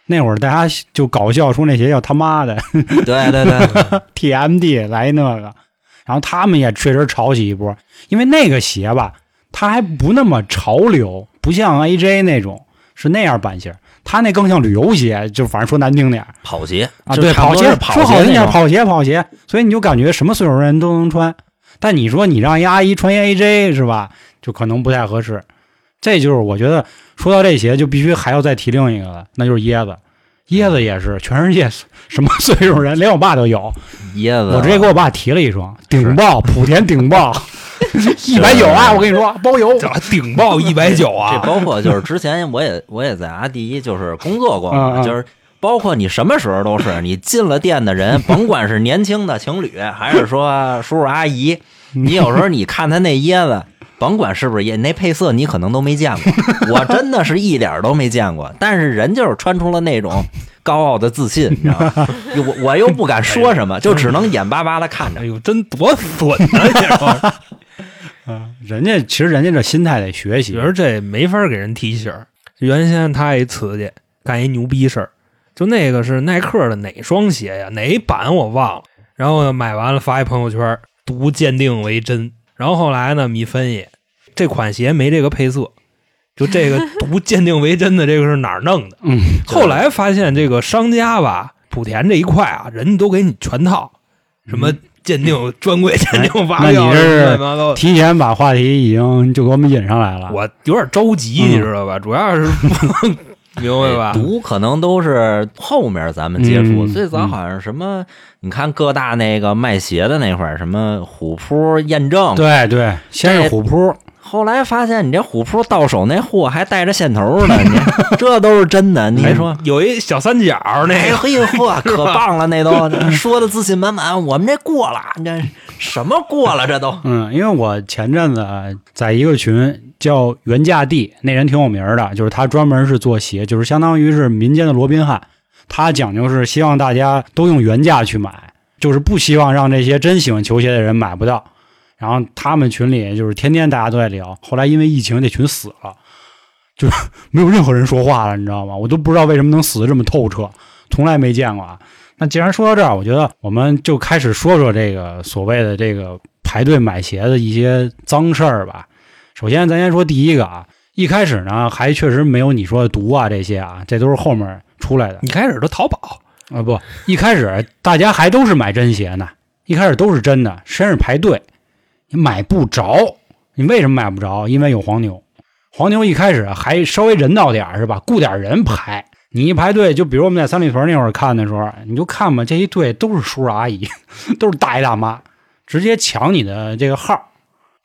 那会儿大家就搞笑说那鞋叫他妈的
对对对，
TMD 来那个，然后他们也确实炒起一波，因为那个鞋吧，它还不那么潮流，不像 AJ 那种是那样版型，它那更像旅游鞋，就反正说难听点儿
跑鞋
啊，
就
对，
差不
跑
多
鞋
是，跑
说好听
那
点，
种
跑鞋，跑鞋，所以你就感觉什么岁数人都能穿。但你说你让一阿姨穿一 AJ 是吧，就可能不太合适。这就是我觉得说到这鞋，就必须还要再提另一个了，那就是椰子。椰子也是全世界什么岁数人，连我爸都有。
椰
嗯
子。
我直接给我爸提了一双顶
<laughs>
爆莆田顶爆，一百九啊！我跟你说，包邮。
这顶爆一百九
<laughs> 这
啊！
包括就是之前我也我也在阿迪就是工作过
嗯
嘛，
嗯
就是。 <laughs> 包括你什么时候都是，你进了店的人，甭管是年轻的情侣， <laughs> 还是说叔叔阿姨，你有时候你看他那椰子，甭管是不是椰，那配色你可能都没见过，我真的是一点儿都没见过。但是人就是穿出了那种高傲的自信，你知道吗？ <laughs> 我我又不敢说什么，就只能眼巴巴的看着
哎。呦，真多损啊！你知道吗？
嗯人家其实人家这心态得学习
觉，得这没法给人提醒儿。原先他一瓷去干一牛逼事儿，就那个是耐克的哪双鞋呀？哪一版我忘了。然后买完了发一朋友圈儿，独鉴定为真。然后后来呢，米芬也这款鞋没这个配色，就这个
<laughs>
独鉴定为真的这个是哪儿弄的？
嗯，
后来发现这个商家吧，莆田这一块啊，人家都给你全套，什么鉴定专柜鉴定发
嗯哎那你
票，
这是
乱七八糟的。
提前把话题已经就给我们引上来了。
我有点着急，
啊嗯哎
你知道吧？主要是
<laughs>
明白吧？
哎毒可能都是后面咱们接触，
嗯
最早好像什么，你看各大那个卖鞋的那会儿，什么虎扑验证，
对对，先是
这
虎扑，
后来发现你这虎扑到手那货还带着线头 <laughs> 呢，你这都是真的，你
嗯
说。
有一小三角那
哎
个，
嘿 <laughs> 嚯，可棒了！那 <laughs> 都说的自信满满，我们这过了，你这什么过了？这都
嗯，因为我前阵子啊在一个群叫“原价地”，那人挺有名儿的，就是他专门是做鞋，就是相当于是民间的罗宾汉。他讲究是希望大家都用原价去买，就是不希望让这些真喜欢球鞋的人买不到。然后他们群里就是天天大家都在聊，后来因为疫情，这群死了，就是没有任何人说话了，你知道吗？我都不知道为什么能死的这么透彻，从来没见过啊。那既然说到这儿，我觉得我们就开始说说这个所谓的这个排队买鞋的一些脏事儿吧。首先，咱先说第一个啊，一开始呢还确实没有你说的毒啊这些啊，这都是后面出来的
你开始都淘宝，
啊。不，一开始大家还都是买真鞋呢，一开始都是真的，先是排队，你买不着，你为什么买不着？因为有黄牛。黄牛一开始还稍微人道点儿是吧？雇点儿人排，你一排队，就比如我们在三里屯那会儿看的时候，你就看吧，这一队都是叔叔阿姨， <laughs> 都是大爷大妈，直接抢你的这个号，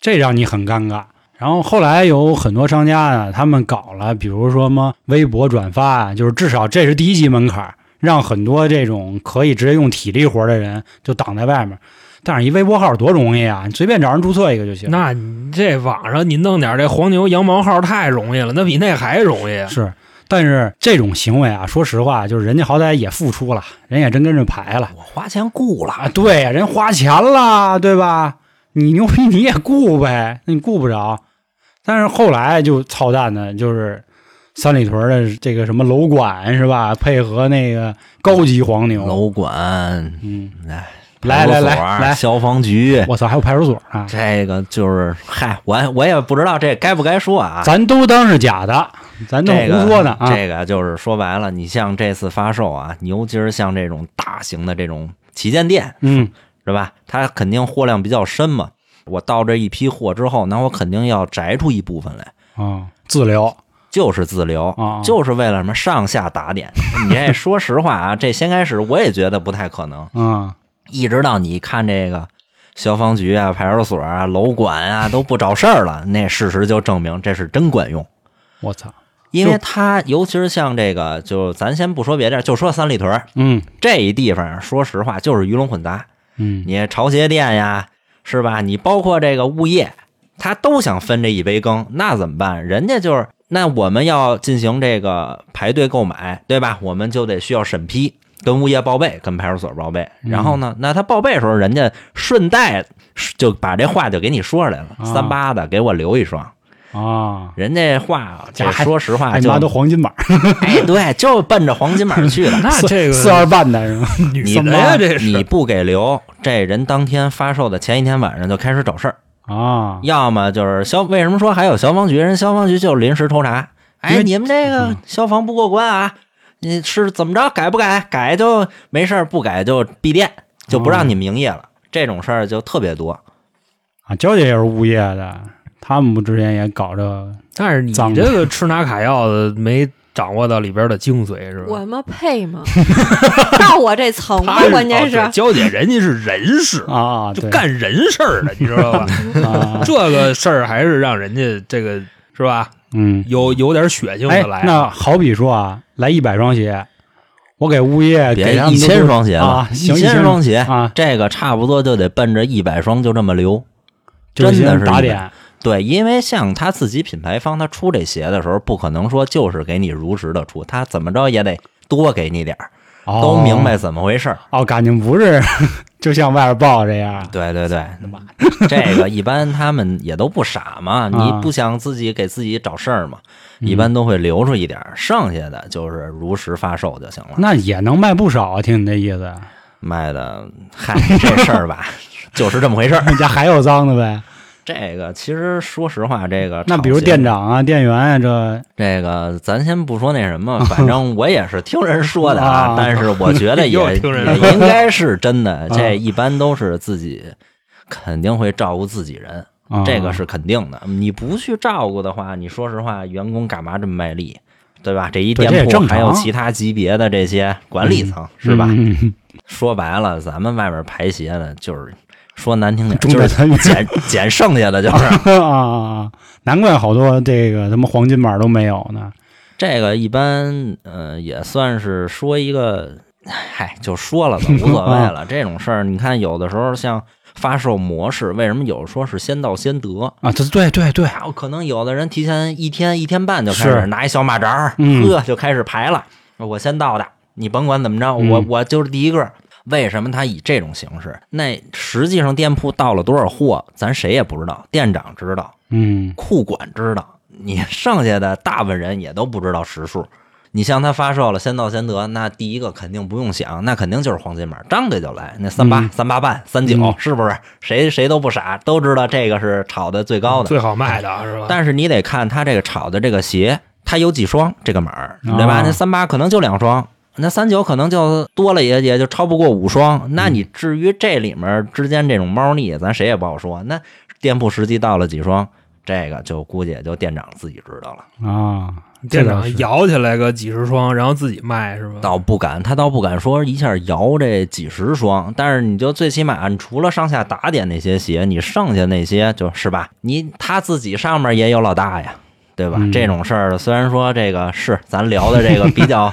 这让你很尴尬。然后后来有很多商家呢，他们搞了，比如说什么微博转发啊，就是至少这是第一级门槛儿，让很多这种可以直接用体力活儿的人就挡在外面。但是一微博号多容易啊，你随便找人注册一个就行。
那你这网上你弄点这黄牛羊毛号太容易了，那比那还容易。啊
是，但是这种行为啊，说实话，就是人家好歹也付出了，人也真跟着排了
<laughs> 我花钱雇了，
啊，对呀，人花钱了，对吧？你牛逼你也雇呗，那你雇不着。但是后来就操蛋的，就是三里屯的这个什么楼管是吧？配合那个高级黄牛，
楼管
嗯，来来来
哎派出所
来
消防局，
我操，还有派出所啊呢，
这个就是嗨，我我也不知道这该不该说啊。
咱都当是假的，咱都
这
胡
个
说呢啊！
这个就是说白了，你像这次发售啊，你尤其是像这种大型的这种旗舰店，
嗯，
是吧？它肯定货量比较深嘛。我到这一批货之后，那我肯定要摘出一部分来，
啊，自留
就是自留
啊，
就是为了什么上下打点。
<laughs>
你这说实话啊，这先开始我也觉得不太可能，
啊，
一直到你看这个消防局啊、派出所啊、楼管啊都不找事儿了，那事实就证明这是真管用。
我操，
因为它尤其是像这个，就咱先不说别的，就说三里屯儿
嗯
这一地方，说实话就是鱼龙混杂。
嗯，
你潮鞋店呀，是吧？你包括这个物业，他都想分这一杯羹，那怎么办？人家就是，那我们要进行这个排队购买，对吧？我们就得需要审批，跟物业报备，跟派出所报备。
嗯
然后呢，那他报备的时候，人家顺带就把这话就给你说出来了，
啊
三八的给我留一双。
啊，
人家话，
这
啊这
还
说实话
哎
就
妈都黄金码，
哎，对，就奔着黄金码去
<laughs>
<laughs>
了。
那这个
四四二半的是吗？
女
你
什么啊呀？
的
这是
你不给留，这人当天发售的前一天晚上就开始找事儿，
啊，
要么就是消，为什么说还有消防局？人消防局就临时抽查，
因
哎，
为嗯
你们这个消防不过关啊，你是怎么着？改不改？改就没事儿，不改就闭店，就不
哦
让你们营业了。这种事儿就特别多。
啊，娇姐也是物业的，他们不之前也搞这
啊
个
但是你
脏
这个吃拿卡要的没掌握到里边的精髓是
我
吧？
他妈配吗？到我这层吗
他？
关键是
哦对娇姐人家是人事，
啊，
就
对
干人事儿的，你知道
<laughs>
吧？
<laughs>
啊，
这个事儿还是让人家这个是吧？
嗯，
有有点血性
哎
的来，，
啊
那好比说啊，来一百双鞋，我给物业
别
给他们
一
都
千双鞋了，
啊，
一
行一
千双鞋，
啊，
这个差不多就得奔着一百双，就这么留。
就是
真的
先
是
打
一百
点
对，因为像他自己品牌方，他出这鞋的时候，不可能说就是给你如实的出，他怎么着也得多给你点儿，都
哦
明白怎么回事儿。
哦，感情不是就像外边报这样
对对对，这个一般他们也都不傻嘛，你
啊
不想自己给自己找事儿嘛，
嗯
一般都会留出一点儿，剩下的就是如实发售就行了。
那也能卖不少啊，听你这意思，
卖的，嗨，这事儿吧， <laughs> 就是这么回事儿。
<laughs> 人家还有脏的呗。
这个其实说实话，这个
<laughs> 那比如
厂鞋
店长啊、店员啊，这
这个咱先不说那
<laughs>
什么，反正我也是听人说的
啊
啊，但是我
<laughs>
觉得也
又听人说
也应该是真
啊
的。这一般都是自己肯定会照顾自己人，
啊
这个是肯定的。你不去照顾的话，你说实话，员工干嘛这么卖力，对吧？这一
对这
店
也
铺
正常
还有其他级别的这些管理层，是吧？
嗯嗯
说白了，咱们外边排鞋的，就是说难听点，
中
就
产
是
参与
捡捡剩下的，就是。
嗯 <laughs> 啊，难怪好多这个什么黄金码都没有呢。
这个一般，呃，也算是说一个，嗨，就说了吧，无所谓
<laughs>
了。这种事儿，你看有的时候像发售模式，为什么有说是先到先得？
啊，这对对对，
然后可能有的人提前一天、一天半就开始
是
拿一小马扎儿，
嗯
呵，就开始排了。我先到的，你甭管怎么着，
嗯
我我就是第一个。为什么他以这种形式？那实际上店铺到了多少货，咱谁也不知道，店长知道，
嗯
库管知道，你剩下的大部分人也都不知道实数。你像他发售了，先到先得，那第一个肯定不用想，那肯定就是黄金码，张嘴就来，那三八、
嗯
三八半、三九、
嗯
是不是？谁谁都不傻，都知道这个是炒的最高的。
最好卖的是吧？
但是你得看他这个炒的这个鞋，它有几双这个码儿，
哦
对吧？
啊
那三八可能就两双。那三九可能就多了也也就超不过五双，
嗯
那你至于这里面之间这种猫腻，咱谁也不好说。那店铺实际到了几双，这个就估计也就店长自己知道了。
啊，这
店
倒
长
是
摇起来个几十双，然后自己卖是吧？
倒不敢，他倒不敢说一下摇这几十双，但是你就最起码，你除了上下打点那些鞋，你剩下那些就是吧，你他自己上面也有老大呀，对吧？
嗯
这种事儿虽然说这个是咱聊的这个
<laughs>
比较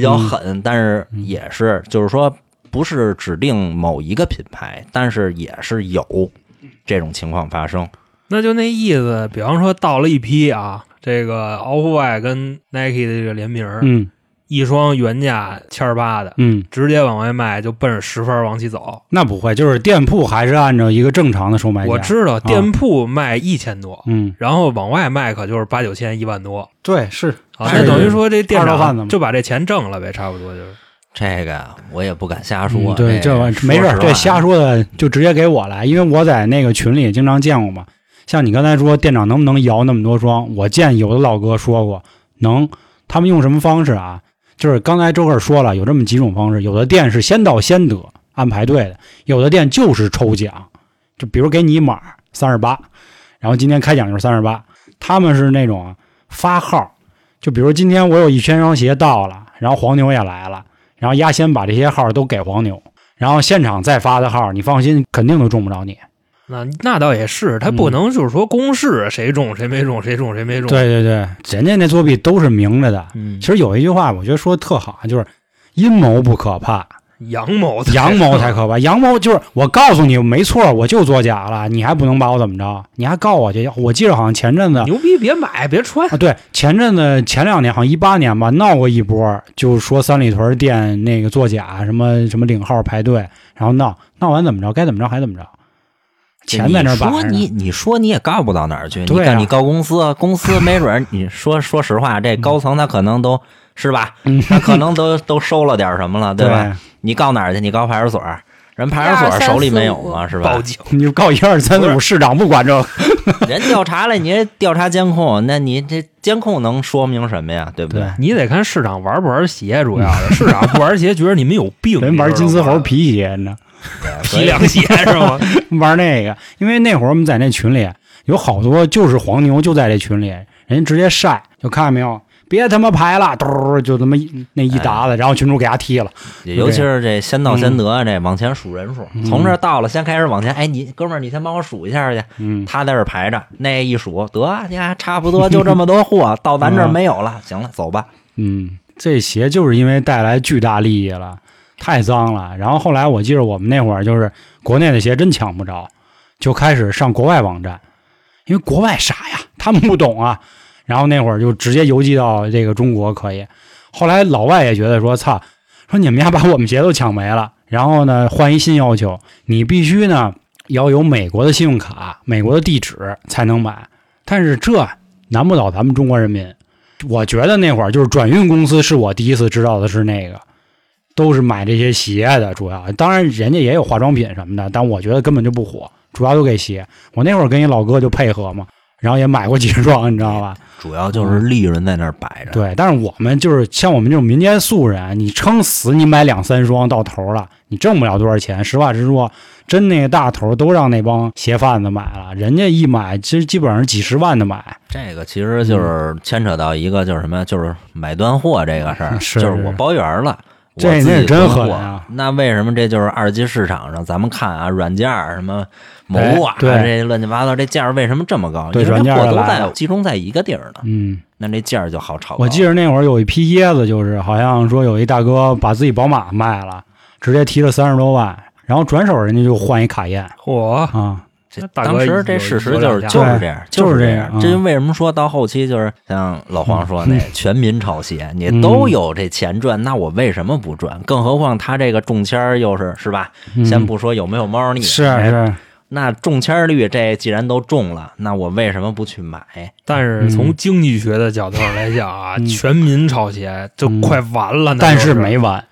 嗯
较狠，但是也是就是说不是指定某一个品牌，但是也是有这种情况发生。
那就那意思，比方说到了一批啊，这个 Off White 跟 Nike 的这个联名儿，
嗯
一双原价千儿八的，
嗯，
直接往外卖就奔着十分儿往起走。
那不会，就是店铺还是按照一个正常的售卖价。
我知道店铺卖一千多，
嗯，
然后往外卖可就是八九千、一万多
对，是
啊，
是
那等于说这店
二道贩子
长
嘛
就把这钱挣了呗，差不多就是。
这个我也不敢瞎说。
嗯对，这玩意儿没事儿，这瞎
说
说的就直接给我来，因为我在那个群里也经常见过嘛。像你刚才说店长能不能摇那么多双，我见有的老哥说过能，他们用什么方式啊？就是刚才周克说了，有这么几种方式，有的店是先到先得，按排队的；有的店就是抽奖，就比如给你一码三十八，然后今天开奖就是三十八。他们是那种啊发号，就比如今天我有一千双鞋到了，然后黄牛也来了，然后压先把这些号都给黄牛，然后现场再发的号，你放心，肯定都中不着你。
那那倒也是，他不能就是说公示谁中谁没中，谁中谁没中。，
嗯对对对，人家那作弊都是明着的。
嗯
其，实有一句话，我觉得说得特好，啊就是阴谋不可 <laughs> 怕，
阳谋，
阳谋才可怕。阳谋就是我告诉你没错，我就作假了，你还不能把我怎么着？你还告我去？我记得好像前阵 <laughs> 子
牛逼，别买，别穿。
啊，对，前阵子前两年好像一八年吧，闹过一波，就说三里屯店那个作假，什么什么领号排队，然后闹闹完怎么着，该怎么着还怎么着，钱在那儿摆
说
着
你
呢。
你说你也告不到哪儿去，你
对啊
告你告公司，公司没准儿你说说实话，这高层他可能都是吧，
嗯
他可能都都收了点儿什么了，
对
吧？？你告哪儿去？你告派出所儿，人派出所儿手里没有吗？是吧
报？警，
<laughs> 你就告一二三四五，市长不管这个，
人调查了，你调查监控，那你这监控能说明什么呀？对不对？
对
你得看市场玩不玩鞋，主要是市场不玩鞋，觉得你们有病。
<laughs> 人玩金丝猴
皮
皮鞋呢， <laughs>
所
皮
以
凉鞋是吗？
玩那个。因为那会儿我们在那群里有好多就是黄牛，就在这群里，人家直接晒，就看见没有，别他妈排了，嘟就他妈一那一沓子，然后群主给他踢了。
尤其是这先
嗯
到先得，啊这往前数人数，从这儿到了，先开始往前。哎，你哥们儿，你先帮我数一下去。
嗯，
他在这儿排着，那一数得，你看差不多就这么多 <laughs> 货，到咱这儿没有了，行了，走吧。
嗯，这鞋就是因为带来巨大利益了，太脏了。然后后来我记得我们那会儿就是国内的鞋真抢不着，就开始上国外网站，因为国外傻呀，他们不懂啊。然后那会儿就直接邮寄到这个中国可以。后来老外也觉得说，操，说你们家把我们鞋都抢没了。然后呢，换一新要求，你必须呢要有美国的信用卡、美国的地址才能买。但是这难不倒咱们中国人民。我觉得那会儿就是转运公司是我第一次知道的是那个，都是买这些鞋的，主要当然人家也有化妆品什么的，但我觉得根本就不火，主要都给鞋。我那会儿跟一老哥就配合嘛，然后也买过几十双，你知道吧？
主要就是利润在那儿摆着。
对，但是我们就是像我们这种民间素人，你撑死你买两三双到头了，你挣不了多少钱。实话实说，真那个大头都让那帮鞋贩子买了，人家一买其实基本上几十万的买，
这个其实就是牵扯到一个就是什么呀，就是买断货这个事儿，
是
嗯就是我包圆了。
这
我自己
那是真
囤
狠
货
啊
那为什么这就是二级市场上咱们看啊，软件儿什么某啊，
对对
这乱七八糟这价儿为什么这么高？
对
因为
软件
这
儿
货都
来
在
了
集中在一个地儿呢，
嗯。
那这价儿就好炒高。
我记得那会儿有一批椰子，就是好像说有一大哥把自己宝马卖了，直接提了三十多万，然后转手人家就换一卡宴
嚯，
啊，
这
大
当
哥
时
有
这事实
有
就是
两家
就是这样，
就是是
这
这样
这就
嗯
为什么说到后期就是像老黄说那全民炒鞋，你
嗯
都有这钱赚，那我为什么不赚？更何况他这个中签儿又是是吧？
嗯
先不说有没有猫腻，
是啊是，
那中签率这既然都中了，那我为什么不去买？
但是从经济学的角度上来讲啊，
嗯
全民炒鞋就快完了。那
但
就是
没完，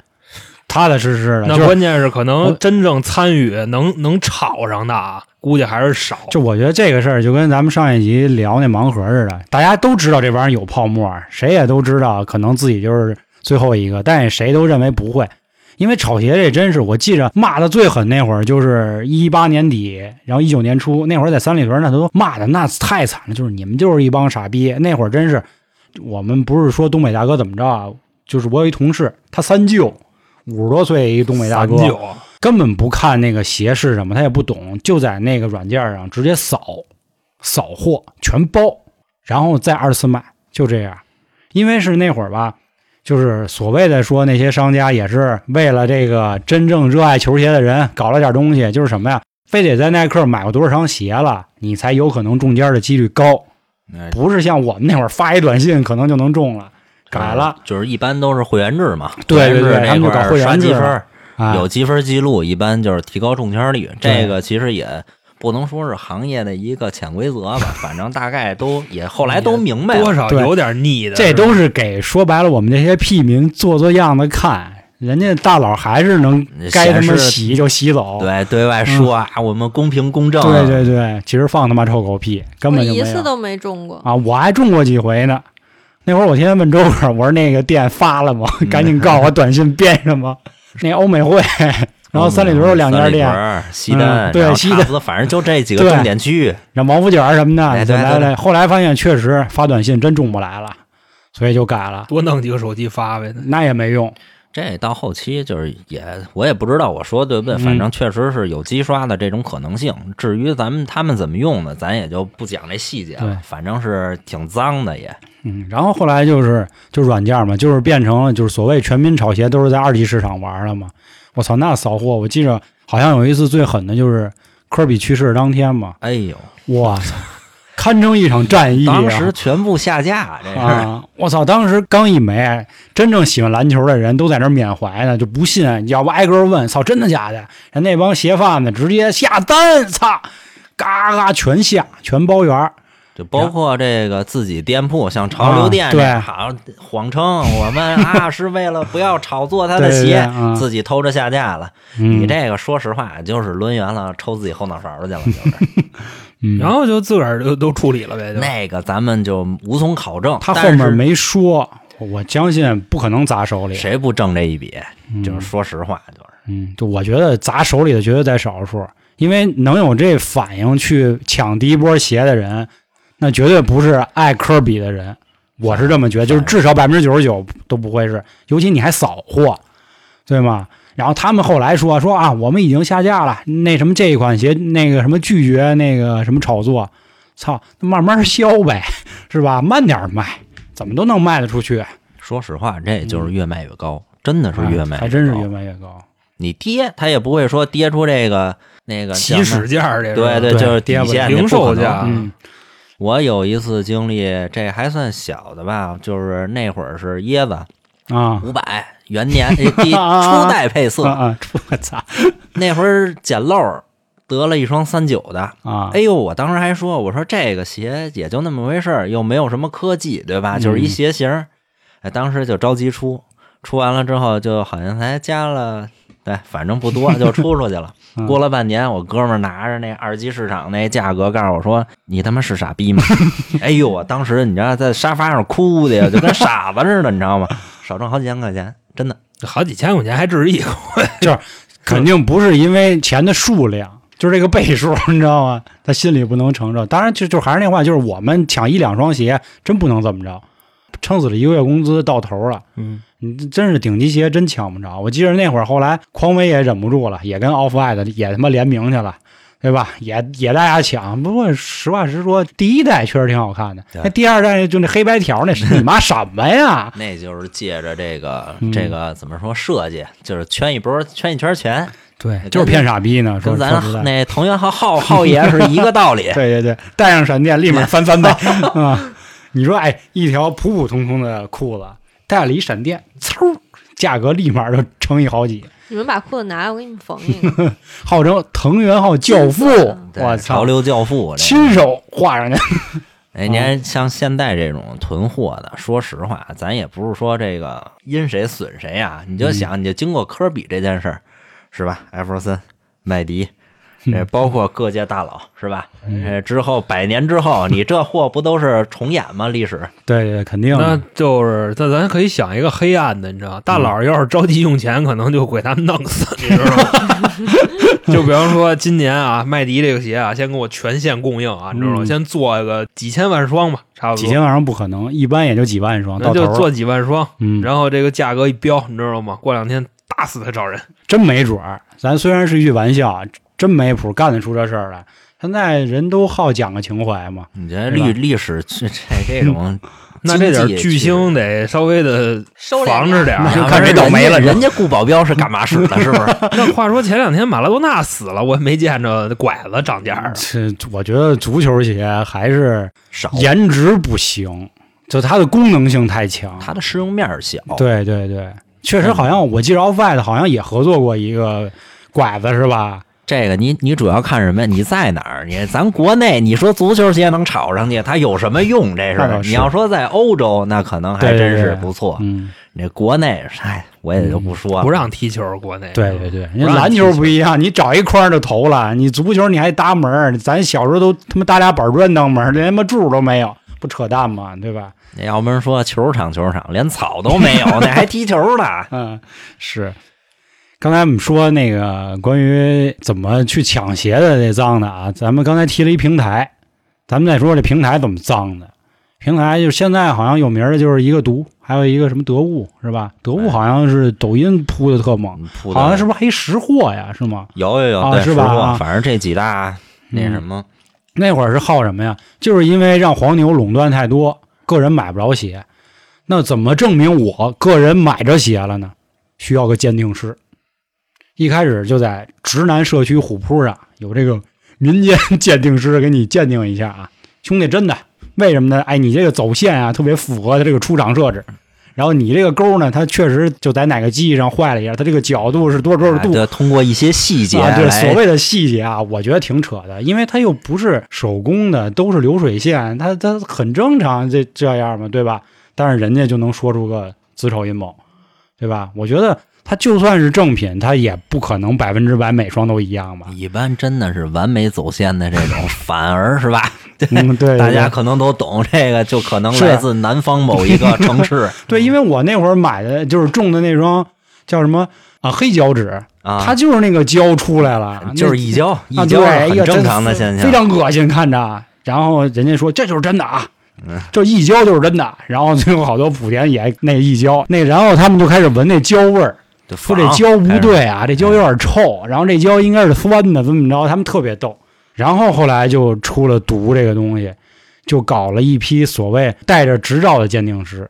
踏踏实实的，
那
就是
关键是可
我
能真正参与能能炒上的啊，估计还是少。
就我觉得这个事儿就跟咱们上一集聊那盲盒似的，大家都知道这玩意儿有泡沫，谁也都知道，可能自己就是最后一个，但也谁都认为不会。因为炒鞋这真是，我记着骂的最狠那会儿就是一八年底，然后一九年初那会儿在三里屯那都骂的那太惨了，就是你们就是一帮傻逼。那会儿真是，我们不是说东北大哥怎么着啊，就是我有一同事，他三舅，五十多岁一东北大哥，
三九
根本不看那个鞋是什么，他也不懂，就在那个软件上直接扫，扫货全包，然后再二次卖，就这样。因为是那会儿吧，就是所谓的说那些商家也是为了这个真正热爱球鞋的人搞了点东西，就是什么呀，非得在耐克买过多少双鞋了，你才有可能中间的几率高，不是像我们那会儿发一短信可能就能中了，改了，
就是一般都是会员制嘛，
对对
会
对
员制
他们
那
就
块
搞
儿
会
刷
员制
积分儿，
啊，
有积分记录，一般就是提高中签率。
对
这个其实也不能说是行业的一个潜规则吧，反正大概都也后来都明白了
多。少
对
有点腻的，
这都是给说白了我们这些屁民做做样子看，人家大佬还是能该他妈
显示
洗就洗走。
对对外说啊，我们公平公正，
对
啊
对对，其实放他妈臭狗屁，根
我
本就没
一
有
次都没中过。
啊！我还中过几回呢。那会儿我天天问周哥，我说那个店发了吗？
嗯
赶紧告诉我短信变什么。那欧美汇，然后三里屯有两家店，
三里屯、西单，
嗯对
然后
西
差
单
不多，反正就这几个
对
重点区域。
然后王府井儿什么的，
哎
就
对
来
对对
来。后来发现确实发短信真中不来了，所以就改了。
多弄几个手机发呗。
那也没用，
这到后期就是也，我也不知道我说对不对，
嗯
反正确实是有击刷的这种可能性。至于咱们他们怎么用呢，咱也就不讲这细节
对
了。反正是挺脏的也，
嗯，然后后来就是就是软件嘛，就是变成了就是所谓全民炒鞋都是在二级市场玩了嘛。我操，那扫货！我记着好像有一次最狠的就是科比去世当天嘛，
哎呦，
我操，堪称一场战役啊！
当时全部下架，这是
啊！我操！当时刚一没，真正喜欢篮球的人都在那儿缅怀呢，就不信，要不挨个儿问，操，真的假的？人那帮鞋贩子直接下单，操，嘎嘎全下，全包圆儿。
就包括这个自己店铺，像潮流店
啊
这
对
样，好像谎称我
<laughs>
们啊是为了不要炒作他
对
的
对对
鞋
啊，
自己偷着下架了。
嗯、
你这个说实话就是抡圆了抽自己后脑勺去
<laughs>
了，就是
嗯，
然后就自个儿就都处理了呗，就
那个咱们就无从考证。
他后
但是
面没说，我相信不可能砸手里。
谁不挣这一笔，
嗯
就是说实话，就是
嗯，就我觉得砸手里的绝对在少数，因为能有这反应去抢第一波鞋的人，那绝对不是爱科比的人。我是这么觉得，就是至少百分之九十九都不会是，尤其你还扫货，对吗？然后他们后来说说啊，我们已经下架了，那什么这一款鞋，那个什么拒绝那个什么炒作，操，那慢慢销呗， <laughs> 是吧？慢点卖，怎么都能卖得出去，
说实话，这就是越卖越高，真的是越卖越高，
嗯哎
啊
还真是越卖越高。
你跌，他也不会说跌出这个那个
起始
价，
价儿这对
对对，
对
就是
跌
底
吧
线
零售价
那不可能
嗯，
我有一次经历，这还算小的吧，就是那会儿是椰子
啊
五百元年哎第
啊
初代配
啊
色，
啊！我操
那会儿捡漏儿得了一双三九的。
啊！
哎呦，我当时还说，我说这个鞋也就那么回事儿，又没有什么科技，对吧？就是一鞋型儿。哎，当时就着急出，出完了之后就好像才加了，对，反正不多，就出出去
嗯
了。<laughs> 过了半年，我哥们儿拿着那二级市场那价格告诉我说：“你他妈是傻逼吗？” <laughs> 哎呦，我当时你知道在沙发上哭的呀，就跟傻子似的，你知道吗？少挣好几千块钱，真的。
好几千块钱还至于
肯定不是因为钱的数量，就是这个倍数， <laughs> 你知道吗？他心里不能承受。当然就，就还是那话，就是我们抢一两双鞋，真不能这么着，撑死了一个月工资到头了。
嗯，
你这真是顶级鞋真抢不着。我记得那会儿，后来匡威也忍不住了，也跟 Off White 也他妈联名去了。对吧？也也大家抢，不过实话实说，第一代确实挺好看的，
对
那第二代就那黑白条那是你妈什么呀？
那就是借着这个
嗯
这个怎么说设计，就是圈一波圈一圈钱，
对
哎就是骗傻逼呢，说说
跟咱
实在的。
那同源浩浩浩爷是一个道理
对对对，带上闪电立马翻翻倍啊！你说，哎，一条普普通通的裤子，带了一闪电，嗖，价格立马就乘以好几，
你们把裤子拿来，我给你们缝一个。
号称藤原浩教父
真的，
对
我
潮
操，
流教父这个。
亲手画上去。
哎，你看像现在这种囤货的，说实话，咱也不是说这个因谁损谁啊，你就想，你就经过科比这件事儿，是吧？艾弗森、麦迪，这包括各界大佬，是吧？呃，之后百年之后，你这货不都是重演吗？历史
<laughs> 对对，肯定
那就是，那咱可以想一个黑暗的，你知道，大
嗯
佬要是着急用钱，可能就给他们弄死，你知道吗？ <laughs> 就比方说今年啊，麦迪这个鞋啊，先给我全线供应啊，你知道吗？
嗯
先做个几千万双吧，差不
几
多，
千万双不可能，一般也就几万双，
那
到
就
头
做
了
几万双，
嗯，
然后这个价格一标，你知道吗？过两天打死他找人，
真没准儿。咱虽然是一句玩笑，啊真没谱干得出这事儿来。现在人都好讲个情怀嘛，
你这历
是
历史这这这种经济也确实，
那这
啊
点巨星得稍微的
收敛点
防着点
就
儿。啊
看谁倒霉了是吧
人家雇保镖是干嘛使的？是不是？
<laughs> 那话说前两天马拉多纳死了，我也没见着拐子涨价儿。
这我觉得足球鞋还是
少，
颜值不行，就它的功能性太嗯强。
它的适用面儿小。
嗯对对对，确实好像我记着 Off White 好像也合作过一个拐子是吧？
这个你你主要看什么呀？你在哪儿？你咱国内你说足球鞋能炒上去，它有什么用？这
那倒
是
是
你要说在欧洲，那可能还
对对
真是
对
不错。
嗯，
你这国内，哎，我也就不说了。
不让踢球，国内
对对对，人家
不让
篮
踢
球不一样，你找一框就投了，你足球你还搭门儿，咱小时候都他妈搭俩板砖当门儿，连他妈柱都没有，不扯淡吗？对吧？
那要不然说球场球场连草都没有，那还踢球
<laughs>
呢？
嗯，是。刚才我们说那个关于怎么去抢鞋的这脏的啊，咱们刚才提了一平台，咱们再说这平台怎么脏的。平台就是现在好像有名儿的就是一个毒，还有一个什么得物是吧？得物
哎
好像是抖音铺的特猛，
嗯铺的
好像是不是还识货呀？是吗？
有有有，
啊
对，
是
实
吧
话
啊
反正这几大那
嗯
什么，
那会儿是好什么呀？就是因为让黄牛垄断太多，个人买不着鞋。那怎么证明我个人买着鞋了呢？需要个鉴定师。一开始就在直男社区虎扑上有这个民间 <laughs> 鉴定师给你鉴定一下啊，兄弟，真的，为什么呢？哎，你这个走线啊，特别符合它这个出厂设置。然后你这个钩呢，它确实就在哪个机器上坏了一下，它这个角度是多少多少
哎
度，
对，通过一些细节
啊，对，
来
所谓的细节啊，我觉得挺扯的，因为它又不是手工的，都是流水线，它它很正常，这这样嘛，对吧？但是人家就能说出个子丑寅卯，对吧？我觉得它就算是正品，它也不可能百分之百每双都一样吧？
一般真的是完美走线的这种，反而是吧？ <laughs>
嗯，对，
大家
对
可能都懂这个，就可能
是
来自南方某一个
<laughs>
城市
对，因为我那会儿买的就是种的那双叫什么啊黑脚趾，它
啊，
就是那个胶出来了，
就是
一。
一交一
啊，
交
对，哎
是
呀
很正常的
真
现
是
象
非。常恶心看着。然后人家说这就是真的啊
嗯，
这一浇就是真的。然后最后好多莆田也那一浇，那然后他们就开始闻那焦味儿，
就哎
说这
仿
胶不
开始嗯
对啊，这胶有点臭，然后这胶应该是酸的，怎么怎么着，他们特别逗。然后后来就出了毒这个东西，就搞了一批所谓带着执照的鉴定师。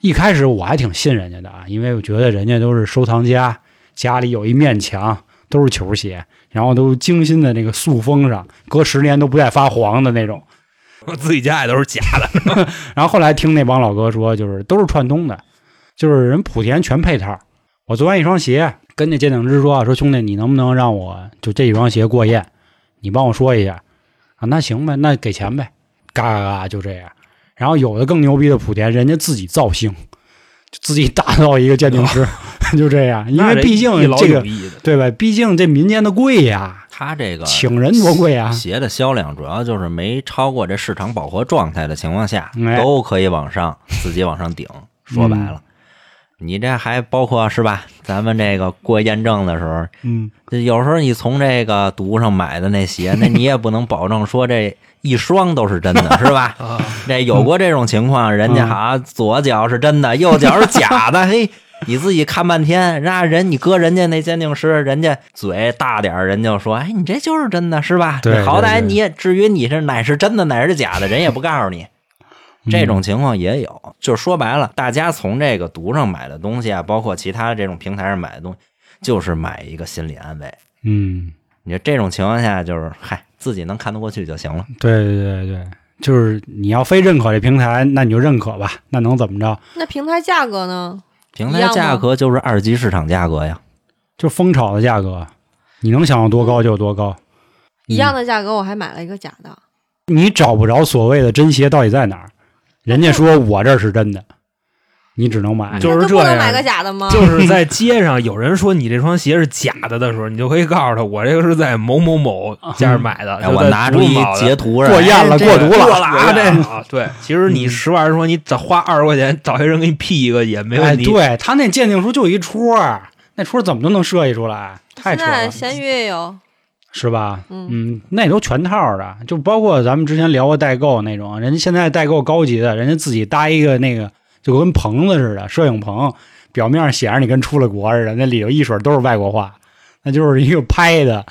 一开始我还挺信人家的啊，因为我觉得人家都是收藏家，家里有一面墙都是球鞋，然后都精心的那个塑封上，隔十年都不带发黄的那种。
<laughs> 自己家也都是假的，
然后后来听那帮老哥说，就是都是串通的，就是人莆田全配套。我昨天一双鞋，跟那鉴定师啊说说兄弟，你能不能让我就这一双鞋过验？你帮我说一下啊？那行呗，那给钱呗，嘎嘎嘎就这样。然后有的更牛逼的莆田，人家自己造星，就自己打造一个鉴定师， <laughs> 就这样。因为毕竟
那一劳
这
永
个
逸的。
对吧？毕竟这民间的贵呀，
它这个
请人多贵呀。
鞋的销量主要就是没超过这市场饱和状态的情况下，
哎嗯
都可以往上自己往上顶。说白了，你这还包括是吧？咱们这个过验证的时候，
嗯，
这有时候你从这个毒上买的那鞋，那你也不能保证说这一双都是真的，是吧？
啊，
这有过这种情况，人家
嗯
好像左脚是真的，右脚是假的，嘿。你自己看半天，那人你搁人家那鉴定师，人家嘴大点儿，人就说：“哎，你这就是真的，是吧？
对
你好歹
对对
你也至于你是哪是真的，哪是假的，人也不告诉你。”
嗯
这种情况也有，就是说白了，大家从这个毒上买的东西啊，包括其他这种平台上买的东西，就是买一个心理安慰。
嗯。
你说这种情况下，就是嗨，自己能看得过去就行了。
对对对对，就是你要非认可这平台，那你就认可吧，那能怎么着？
那平台价格呢？
平
一
台
样吗
价格就是二级市场价格呀。
就蜂巢的价格，你能想到多高就有多高，
一样的价格，我还买了一个假的。
你找不着所谓的真鞋到底在哪儿。人家说我这是真的，你只能买。
就是
那就
这
不能买个
样。
假的
<laughs>
吗？
就是在街上有人说你这双鞋是假的的时候，你就可以告诉他，我这个是在某某某家买
啊
的。
哎，
就
我
在
拿
独
出一
木堡的
截图来，
过验了，
哎这
过毒
过
了，
了啊！这个对，嗯其实你十万说你找花二十块钱找一人给你 P 一个也没
哎，
问题。啊
对他那鉴定书就一戳儿，那戳儿怎么都能设计出来，太扯
现
了
在，闲鱼也有，
是吧？
嗯
嗯，那都全套的，就包括咱们之前聊过代购那种，人家现在代购高级的，人家自己搭一个那个，就跟棚子似的，摄影棚，表面上显着你跟出了国似的，那里头一水都是外国话，那就是一个拍的，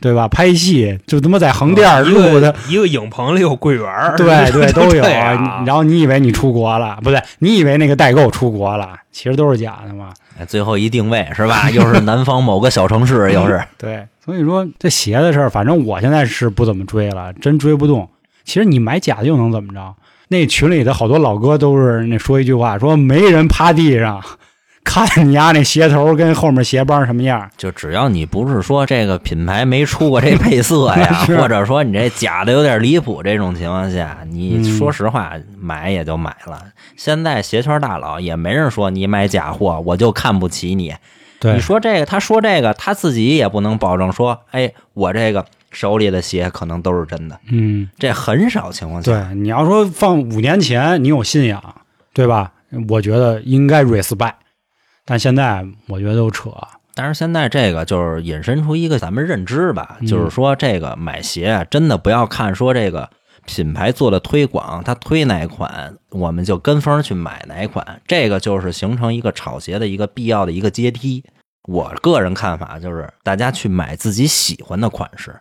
对吧？拍戏就他妈在横店儿
一个
录的，
一个影棚里有柜员儿，啊
对
<laughs>
对都有。
这样
然后你以为你出国了，不对，你以为那个代购出国了，其实都是假的嘛。
哎最后一定位是吧？又是南方某个小城
<laughs>
市，又是
对，所以说这鞋的事儿，反正我现在是不怎么追了，真追不动。其实你买假的又能怎么着？那群里的好多老哥都是那说一句话，说没人趴地上， <laughs> 看你丫那鞋头跟后面鞋帮什么样。
就只要你不是说这个品牌没出过这
<laughs>
配色呀，
是
或者说你这假的有点离谱，这种情况下，你
嗯
说实话买也就买了。现在鞋圈大佬也没人说你买假货我就看不起你。
对
你，说这个，他说这个，他自己也不能保证说，哎，我这个手里的鞋可能都是真的，
嗯，
这很少情况下。
对，你要说放五年前你有信仰，对吧？我觉得应该 respect，但现在我觉得都扯。
但是现在这个就是引申出一个咱们认知吧，
嗯
就是说这个买鞋啊，真的不要看说这个品牌做的推广，它推哪款，我们就跟风去买哪款，这个就是形成一个炒鞋的一个必要的一个阶梯。我个人看法就是，大家去买自己喜欢的款式，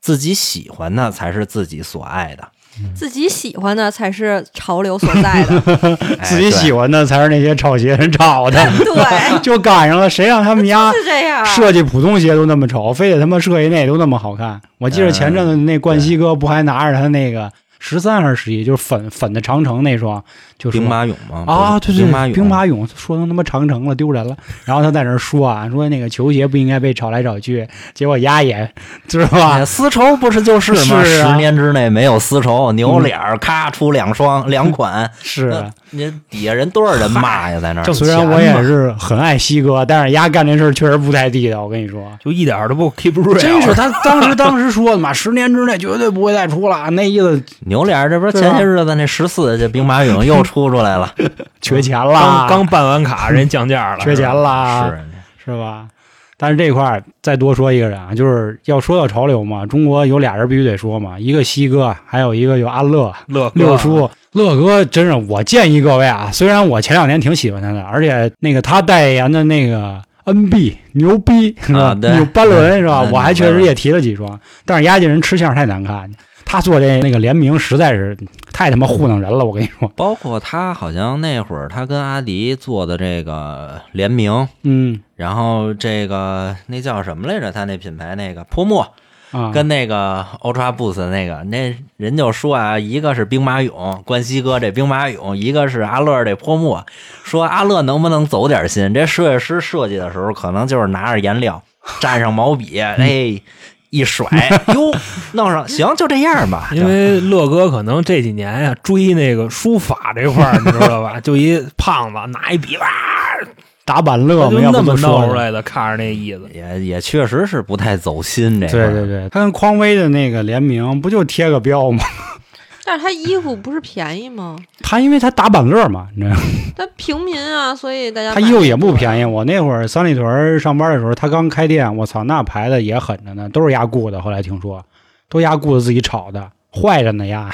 自己喜欢的才是自己所爱的。
自己喜欢的才是潮流所在
<laughs>
的。
哎
自己喜欢的才是那些炒鞋人炒 <laughs> 的，
对，
就赶上了。谁让他们家
是这样。
设计普通鞋都那么丑，非得他妈设计那都那么好看？我记得前阵子那冠希哥不还拿着他那个十三还是十一，就是粉粉的长城那双，就
兵
说
马俑吗？
啊，对对，
兵马俑，
兵马俑说成他妈长
<laughs>
城了，丢人了。然后他在那儿说啊，说那个球鞋不应该被炒来炒去，结果丫也知道吧
<laughs> 哎？丝绸不是就是吗？
是啊嗯
十年之内没有丝绸，牛脸儿咔出
<laughs>
两双两款，
是
嗯
啊，
您底下人多少人骂呀，在那儿。
虽然我也是很爱西哥，但是丫干这事儿确实不太地道。我跟你说，
就一点儿都不 keep
啊
real。
真是他当时当时说的嘛，十年之内绝对不会再出了，那意思
<laughs> 牛脸儿，这不是
啊
前些日子那十四这兵
<laughs>
马俑又出出来了，
缺钱啦，
刚刚办
<laughs>
完卡，人降价了，
缺钱啦，
是
是吧？但是这块儿再多说一个人啊，就是要说到潮流嘛，中国有俩人必须得说嘛，一个西哥，还有一个有阿乐
乐啊
六，叔。乐哥真是，我建议各位啊，虽然我前两年挺喜欢他的，而且那个他代言的那个 NB 牛逼是吧？
啊对
纽班伦是吧？
嗯
我还确实也提了几双，但是压这人吃相太难看，他做这那个联名实在是太他妈糊弄人了，我跟你说，
包括他好像那会儿他跟阿迪做的这个联名，
嗯
然后这个那叫什么来着？他那品牌那个泼墨，
啊，
跟那个 Ultra Boost 那个，那人就说啊，一个是兵马俑，关西哥这兵马俑，一个是阿乐这泼墨，说阿乐能不能走点心？这设计师设计的时候，可能就是拿着颜料，蘸上毛笔，哎，一甩，哟，弄上，行，就这样吧。
因为乐哥可能这几年呀追那个书法这块儿，你知道吧？就 <laughs> 一胖子拿一笔哇，
打板乐
就
嘛，要
那
不
么
都说
弄出
了
来的，看着那意思。
也也确实是不太走心这块
对
儿
对对，他跟匡威的那个联名不就贴个标吗？ <laughs>
但是他衣服不是便宜吗？
他因为他打板乐嘛，你知道吗，
他平民啊，所以大家
他衣服也不便宜。我那会儿三里屯儿上班的时候，他刚开店，我操，那牌子也狠着呢，都是压雇的。后来听说，都压雇的自己炒的，坏着呢压。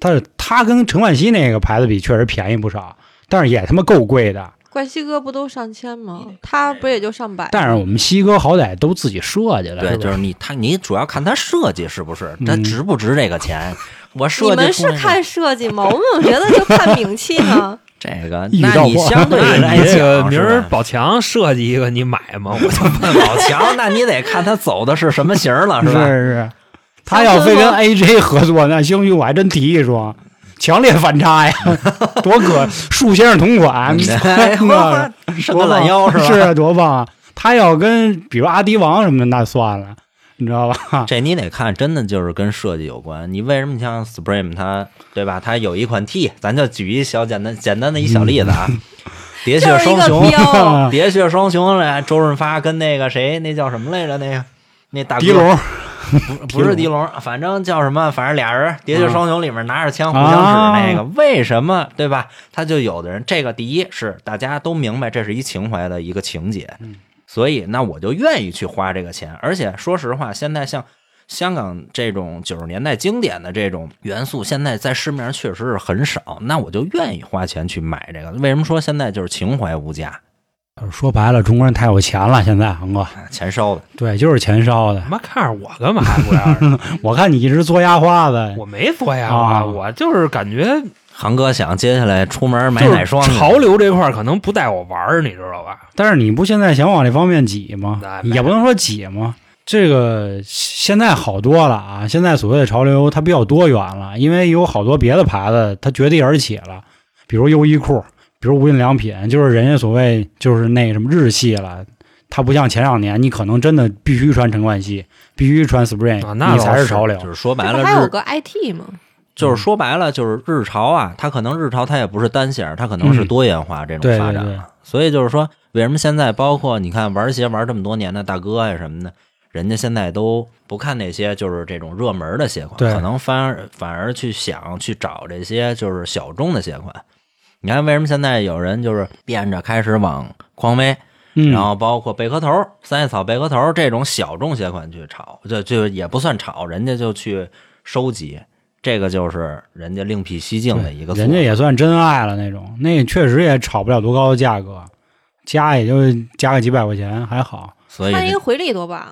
但是他跟陈冠希那个牌子比，确实便宜不少，但是也他妈够贵的。
冠希哥不都上千吗？他不也就上百？
但是我们西哥好歹都自己设计了，
对，
吧
就是你他，你主要看他设计是不是，他
嗯
值不值这个钱。我设计
你们
出
是
来的
看设计吗？我怎么觉得就看名气
<laughs>
呢？
这个，
一语
那
道
你
破
相对
<laughs> 那
来
你
讲
这个
是
明儿
吧
宝强设计一个，你买吗？我就
问老强，那你得看他走的是什么型儿了，
啊是
是
是，
吧？
他要非跟 AJ 合作，那兴许我还真提一双，强烈反
<laughs>
差呀，多可！树先生同款， <laughs>
哎我
那
伸个
多棒
懒腰是吧？
是多棒啊！他要跟比如阿迪王什么的，那算了，你知道
<laughs>
吧？
这你得看，真的就是跟设计有关。你为什么你像 Supreme 它对吧？它有一款 T，咱就举一小简单简单的一小例子啊， <laughs> 喋
嗯就
血
是一
双
个
雄，
标，
喋血双雄来，周润发跟那个谁，那叫什么来着？那个那大
<laughs> 狄
哥
龙
不不是狄龙，反正叫什么？反正俩人《喋血双雄》里面拿着枪互相
啊
指那个，为什么对吧？他就有的人，这个第一是大家都明白这是一情怀的一个情节，所以那我就愿意去花这个钱。而且说实话，现在像香港这种九十年代经典的这种元素，现在在市面上确实是很少，那我就愿意花钱去买这个。为什么说现在就是情怀无价，
<laughs> 说白了，中国人太有钱了，现在韩哥
啊钱烧的？
对，就是钱烧的
他。妈看着我干嘛呀？不
<laughs>
要，
我看你一直做压花子，
我没说呀，
啊
我我就是感觉
航哥想接下来出门买
就是
奶霜去，
潮流这块儿可能不带我玩儿，你知道吧？
但是你不现在想往这方面挤吗
那？没
也不能说挤嘛。这个现在好多了啊！现在所谓的潮流，它比较多元了，因为有好多别的牌子它绝地而起了，比如优衣库，比如无印良品，就是人家所谓就是那什么日系了。它不像前两年，你可能真的必须穿陈冠希，必须穿 Spring，、
啊那
你才
倒
是
是
潮流。
就是说白
这
了
不还有
日，
个 IT 吗？
嗯
就是说白了就是日潮啊，它可能日潮它也不是单线儿，它可能是
嗯
多元化这
对
种发
对
展。
对，
所以就是说，为什么现在包括你看玩鞋玩这么多年的大哥呀什么的，人家现在都不看那些就是这种热门的鞋款，
对
可能反而反而去想去找这些就是小众的鞋款。你看为什么现在有人就是变着开始往匡威，
嗯，
然后包括贝壳头、三叶草贝壳头这种小众鞋款去炒，就就也不算炒，人家就去收集。这个就是人家另辟蹊径的一个做法，
人家也算真爱了那种，那确实也炒不了多高的价格，加也就加个几百块钱还好。
所以
它
这
一个回力多棒，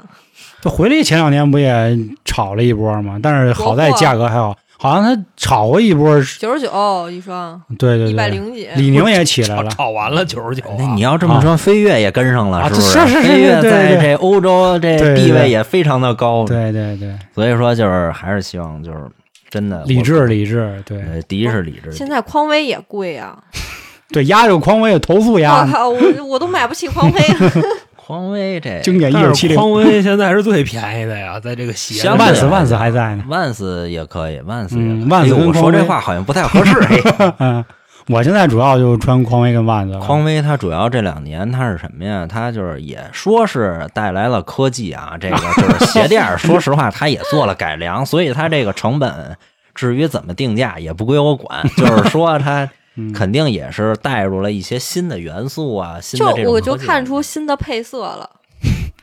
这回力前两年不也炒了一波吗？但是好在
国货
价格还好，好像它炒过一波是，
九十九一双，
对对
一百
对，
零几。
李宁也起来
炒
了，
炒完了九十啊九，
那你要这么说，飞跃也跟上
啊
了，是不是？
是是是
飞跃
对对
在
对
这欧洲这
对对对
地位也非常的高，
对对对，
所以说就是还是希望就是真的
理
我
智理智，对
嗯
呃，第一是理智，
现在匡威也贵啊！
对，压着匡威也投诉
我
压，
靠， <laughs> 我我都买不起匡威了。
匡威这
经典一九
但
七
是
零，
匡威现在是最便宜的呀，在这个鞋上
相对
万
来
斯
说
万斯还在呢。
万斯也可以，万斯也
嗯
可以
万斯
哎呦
跟
我
匡
说
威
这话好像不太合适。哎
嗯，我现在主要就穿匡威跟万斯了。
匡威它主要这两年它是什么呀？它就是也说是带来了科技啊，这个就是鞋垫儿，说实话它也做了改良，所以它这个成本至于怎么定价也不归我管，就是说它
嗯
肯定也是带入了一些新的元素啊，新
就
的这种
我就
科技
看出新的配色了，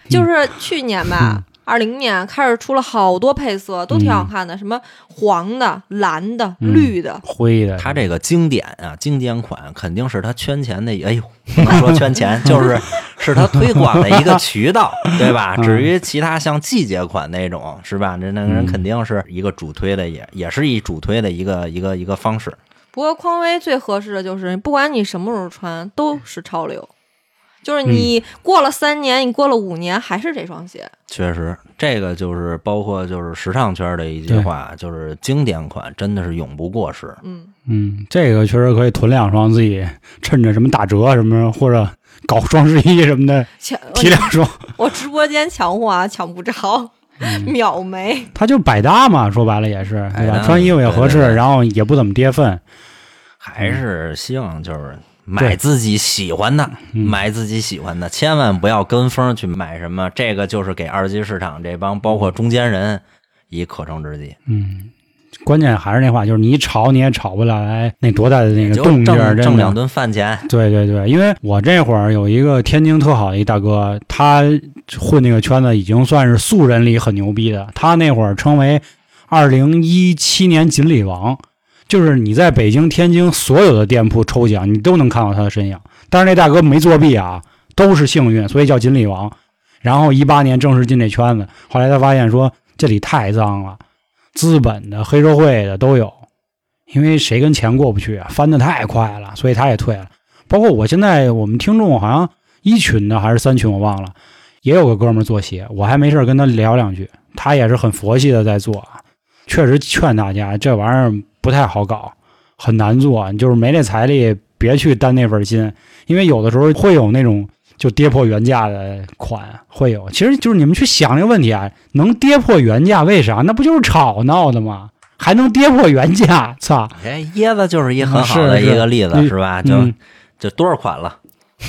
就是去年吧，二零年开始出了好多配色，都挺好看的，什么黄的、蓝的、
嗯
绿的，
灰的，
它这个经典啊，经典款肯定是它圈钱的，哎呦，不能说圈钱，就是是它推广的一个渠道，对吧？
嗯
至于其他像季节款那种，是吧？那那个
嗯
人肯定是一个主推的，也也是一主推的一个一个一个方式。
不过匡威最合适的就是，不管你什么时候穿，都是潮流。就是你过了三年，你过了五年，还是这双鞋。
确实，这个就是包括就是时尚圈的一句话，就是经典款真的是永不过时。
嗯，
嗯，这个确实可以囤两双，自己趁着什么打折什么，或者搞双十一什么的，
抢
提两双。
我直播间抢货啊，抢不着， <laughs> 秒没。
它就百搭嘛，说白了也是，对
百
吧？
搭
穿衣服也合适，
对对对
然后也不怎么跌份。
还是希望就是
嗯对
买自己喜欢的，
嗯
买自己喜欢的，千万不要跟风去买什么，这个就是给二级市场这帮包括中间人以可乘之计。
嗯，关键还是那话，就是你炒你也炒不了来那多大的那
也
个
就
动静儿，
挣挣
真
两
的。
顿饭钱，
<laughs> 对对对，因为我这会儿有一个天津特好的一大哥，他混那个圈子已经算是素人里很牛逼的，他那会儿称为二零一七年锦鲤王，就是你在北京、天津所有的店铺抽奖，你都能看到他的身影。但是那大哥没作弊啊，都是幸运，所以叫锦鲤王。然后一八年正式进这圈子，后来他发现说这里太脏了，资本的、黑社会的都有，因为谁跟钱过不去啊，翻得太快了，所以他也退了。包括我现在我们听众好像一群的还是三群，我忘了，也有个哥们儿做鞋，我还没事儿跟他聊两句，他也是很佛系的在做啊。确实劝大家，这玩意儿不太好搞，很难做，你就是没那财力，别去担那份心，因为有的时候会有那种就跌破原价的款会有。其实就是你们去想这个问题啊，能跌破原价为啥？那不就是吵闹的吗？还能跌破原价？操！
哎，椰子就是一很好
嗯
的
是
一个例子，
是
是吧？就、
嗯，
就多少款了。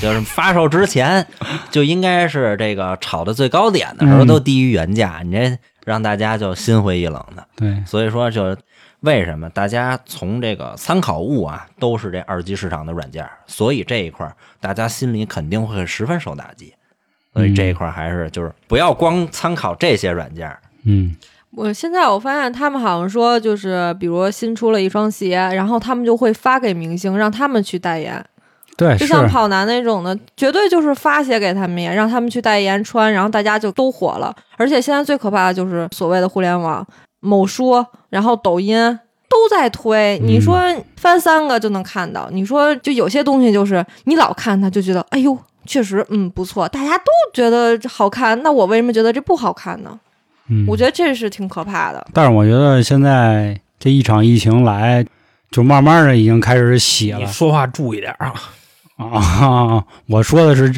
就是发售之前，就应该是这个炒的最高点的时候
嗯
都低于原价，你这让大家就心灰意冷的。
对，
所以说，就是为什么大家从这个参考物啊，都是这二级市场的软件儿，所以这一块儿大家心里肯定会十分受打击。所以这一块儿还是就是不要光参考这些软件儿，
嗯，
我现在我发现他们好像说，就是比如新出了一双鞋，然后他们就会发给明星，让他们去代言。
对，。
就是像跑男那种的，绝对就是发鞋给他们呀，让他们去代言穿，然后大家就都火了。而且现在最可怕的就是所谓的互联网，某书，然后抖音都在推。
嗯
你说翻三个就能看到，你说就有些东西就是你老看它就觉得，哎呦，确实嗯不错，大家都觉得好看，那我为什么觉得这不好看呢？
嗯
我觉得这是挺可怕的。
但是我觉得现在这一场疫情来，就慢慢的已经开始洗
你
了
说话注意点啊！
啊。我说的是，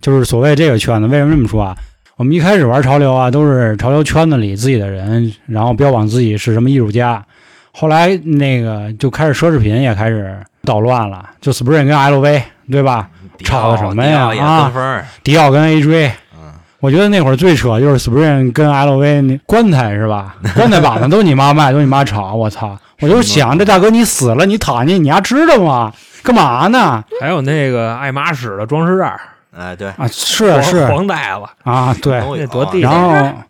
就是所谓这个圈子，为什么这么说啊？我们一开始玩潮流啊，都是潮流圈子里自己的人，然后标榜自己是什么艺术家。后来那个就开始奢侈品也开始捣乱了，就 Spring 跟 LV 对吧？
迪
吵
奥
的什么呀
迪奥也
啊
得分儿，
迪奥跟 AJ，
嗯，
我觉得那会儿最扯就是 Spring 跟 LV 那棺材是吧？棺材板子都你妈卖，都你妈炒，我操！我就想这大哥你死了，你躺下，你丫知道吗？干嘛呢？
<laughs> 还有那个爱马仕的装饰袋儿，
哎，对，
啊，是
黄
是
<laughs> 黄袋子，
啊，对。
都有
那多地
然后， <laughs>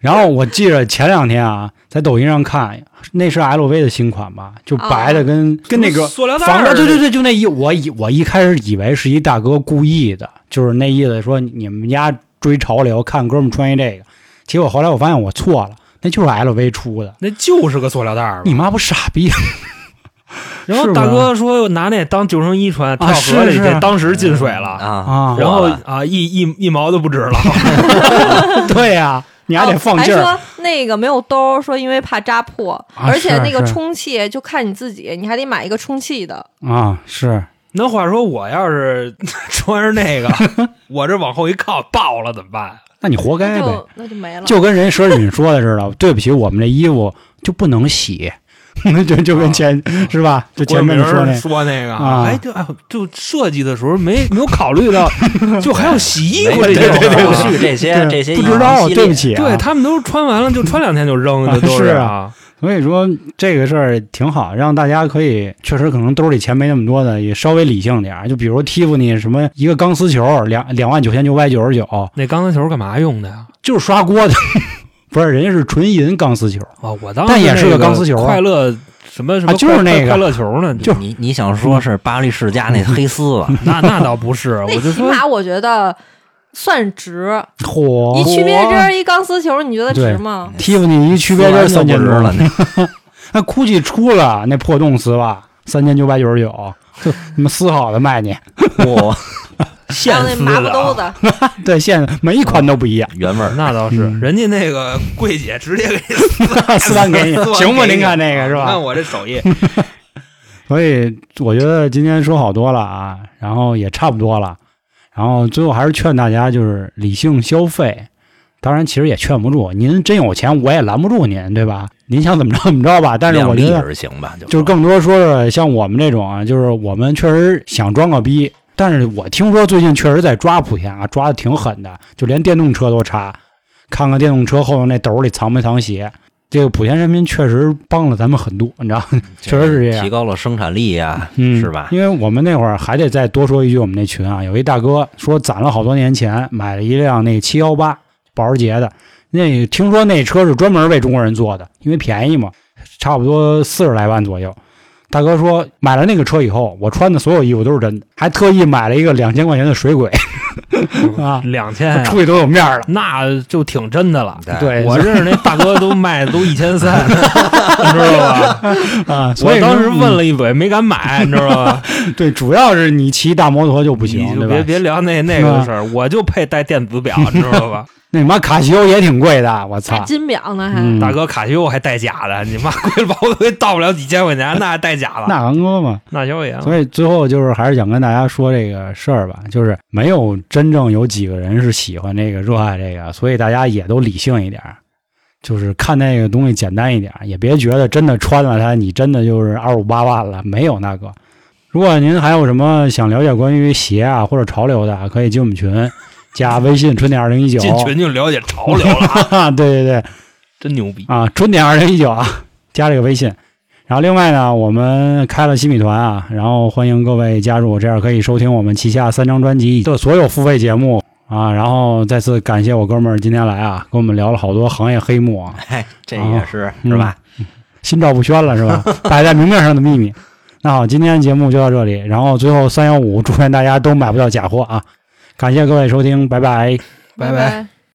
然后我记着前两天啊，在抖音上看，那是 LV 的新款吧？就白的跟跟那个
塑料袋
防
儿，
盗，对对，对，就那一我以我一开始以为是一大哥故意的，就是那意思说你们家追潮流，看哥们穿一这个。结果后来我发现我错了，那就是 LV 出的。
那就是个塑料袋儿嘛
你。妈不傻逼？
然后
是吧
大哥说拿那当救生衣穿，跳
啊
河
是
里
是
去，当时进水了。
啊，
啊，
然后
哇
啊，一一一毛都不值了。 <laughs>
对呀、你还得放劲
哦
儿。
还说那个没有兜，说因为怕扎破，
啊
而且
是
那个
是
充气就看你自己，你还得买一个充气的。
啊，是
那话说，我要是 <laughs> 穿上那个，我这往后一靠爆了怎么办？
那你活
那
该呗，
就那就没了。
就跟人奢侈品说的似的，对不起，我们这衣服就不能洗， <laughs> 就就跟前、是吧？就前面
郭
说
敬
那
明说那个，
啊
哎，对，哎呦就设计的时候没没有考
<laughs>
虑到，就还有洗衣服
没
这
没有
种事
后
儿。
续这些这些
不知道，
一系列
对不起、啊，
对他们都是穿完了就穿两天就
<laughs>
扔，
啊
这都
是
啊。
所以说这个事儿挺好，让大家可以确实可能兜里钱没那么多的，也稍微理性点儿。就比如欺负你什么一个钢丝球两两万九千九百九十九，
那钢丝球干嘛用的呀？
就是刷锅的， <laughs> 不是人家是纯银钢丝球，
啊，我当时
但也是
那
个
个
钢丝球啊
快乐什么什
啊
么快，
就是那个
快乐球呢？
就
你你想说是巴黎世家那黑丝
嗯
吧？
那那倒不是，我
那
就
起
说
码我觉得算值。
嚯
你！区别针儿一钢丝球，你觉得值吗？
欺负你一区别针三千多
说完就不
了
知，道了，
那估计出了那破洞丝袜三千九百九十九， <laughs> 就你们丝好的卖你，
那
<laughs>
我
现
还有那
撕
麻不
的
兜
啊，
子，
对，现在每一款都不一
<laughs>
样，
原味儿。
那倒是，
嗯
人家那个柜姐直接给你
丝袜给你
撕完
行不？
给
您
你
看这个是吧？
看我这手艺，
所以我觉得今天说好多了啊，然后也差不多了，然后最后还是劝大家就是理性消费。当然，其实也劝不住您，真有钱我也拦不住您，对吧？ <laughs> 您想怎么着怎么着吧。但是我
量
觉
力
得，
而行吧，就
就是是更多说说像我们这种啊，就是我们确实想装个逼，但是我听说最近确实在抓普贤啊，抓的挺狠的，就连电动车都查，看看电动车后头那兜里藏没藏鞋。这个普贤人民确实帮了咱们很多，你知道吗，确实是这样
提。高了生产力呀，
嗯，
是吧？ <laughs>
因为我们那会儿还得再多说一句，我们那群啊，有一大哥说攒了好多年钱，买了一辆那七幺八保时捷的，那听说那车是专门为中国人做的，因为便宜嘛，差不多四十来万左右。大哥说买了那个车以后，我穿的所有衣服都是真的，还特意买了一个两千块钱的水
<laughs>
鬼啊，
两千啊，
出去都有面儿
<laughs>
了。
那就挺真的了。
对，
我认识那大哥都卖的都一千
<laughs>
三，你知道吧？
啊，所
我
以
当时
说
问，了一嘴，没敢买，你知道吧？
嗯对，主要是你骑大摩托就不
你
行，
就
对
别
吧？
别聊那那个的事儿，我就配带电子表，你知道
<laughs>
吧？
那你妈卡西欧也挺贵的，我
还
操！
金表呢，还
嗯
大哥卡西欧还带假的，你妈 <laughs> 贵了把我给到不了几千块钱，那还带假了，
那啊昂哥嘛，
那消炎了。
所以最后就是还是想跟大家说这个事儿吧，就是没有真正有几个人是喜欢这个、热爱这个，所以大家也都理性一点儿，就是看那个东西简单一点儿，也别觉得真的穿了它，你真的就是二五八万了，没有那个。如果您还有什么想了解关于鞋啊或者潮流的啊，可以进我们群，加微信春点二零一九，
进群就了解潮流
<laughs>
了，
啊， <laughs> 对对对，
真牛逼！
啊，春点二零一九啊，加这个微信。然后另外呢，我们开了新米团啊，然后欢迎各位加入，这样可以收听我们旗下三张专辑的所有付费节目啊。然后再次感谢我哥们儿今天来啊，跟我们聊了好多行业黑幕啊，
哎，这也是
嗯
是吧？
心照不宣了是
<laughs>
吧？摆在明面上的秘密。那好，今天节目就到这里。然后最后三幺五，祝愿大家都买不到假货啊！感谢各位收听，拜拜。
拜拜
拜。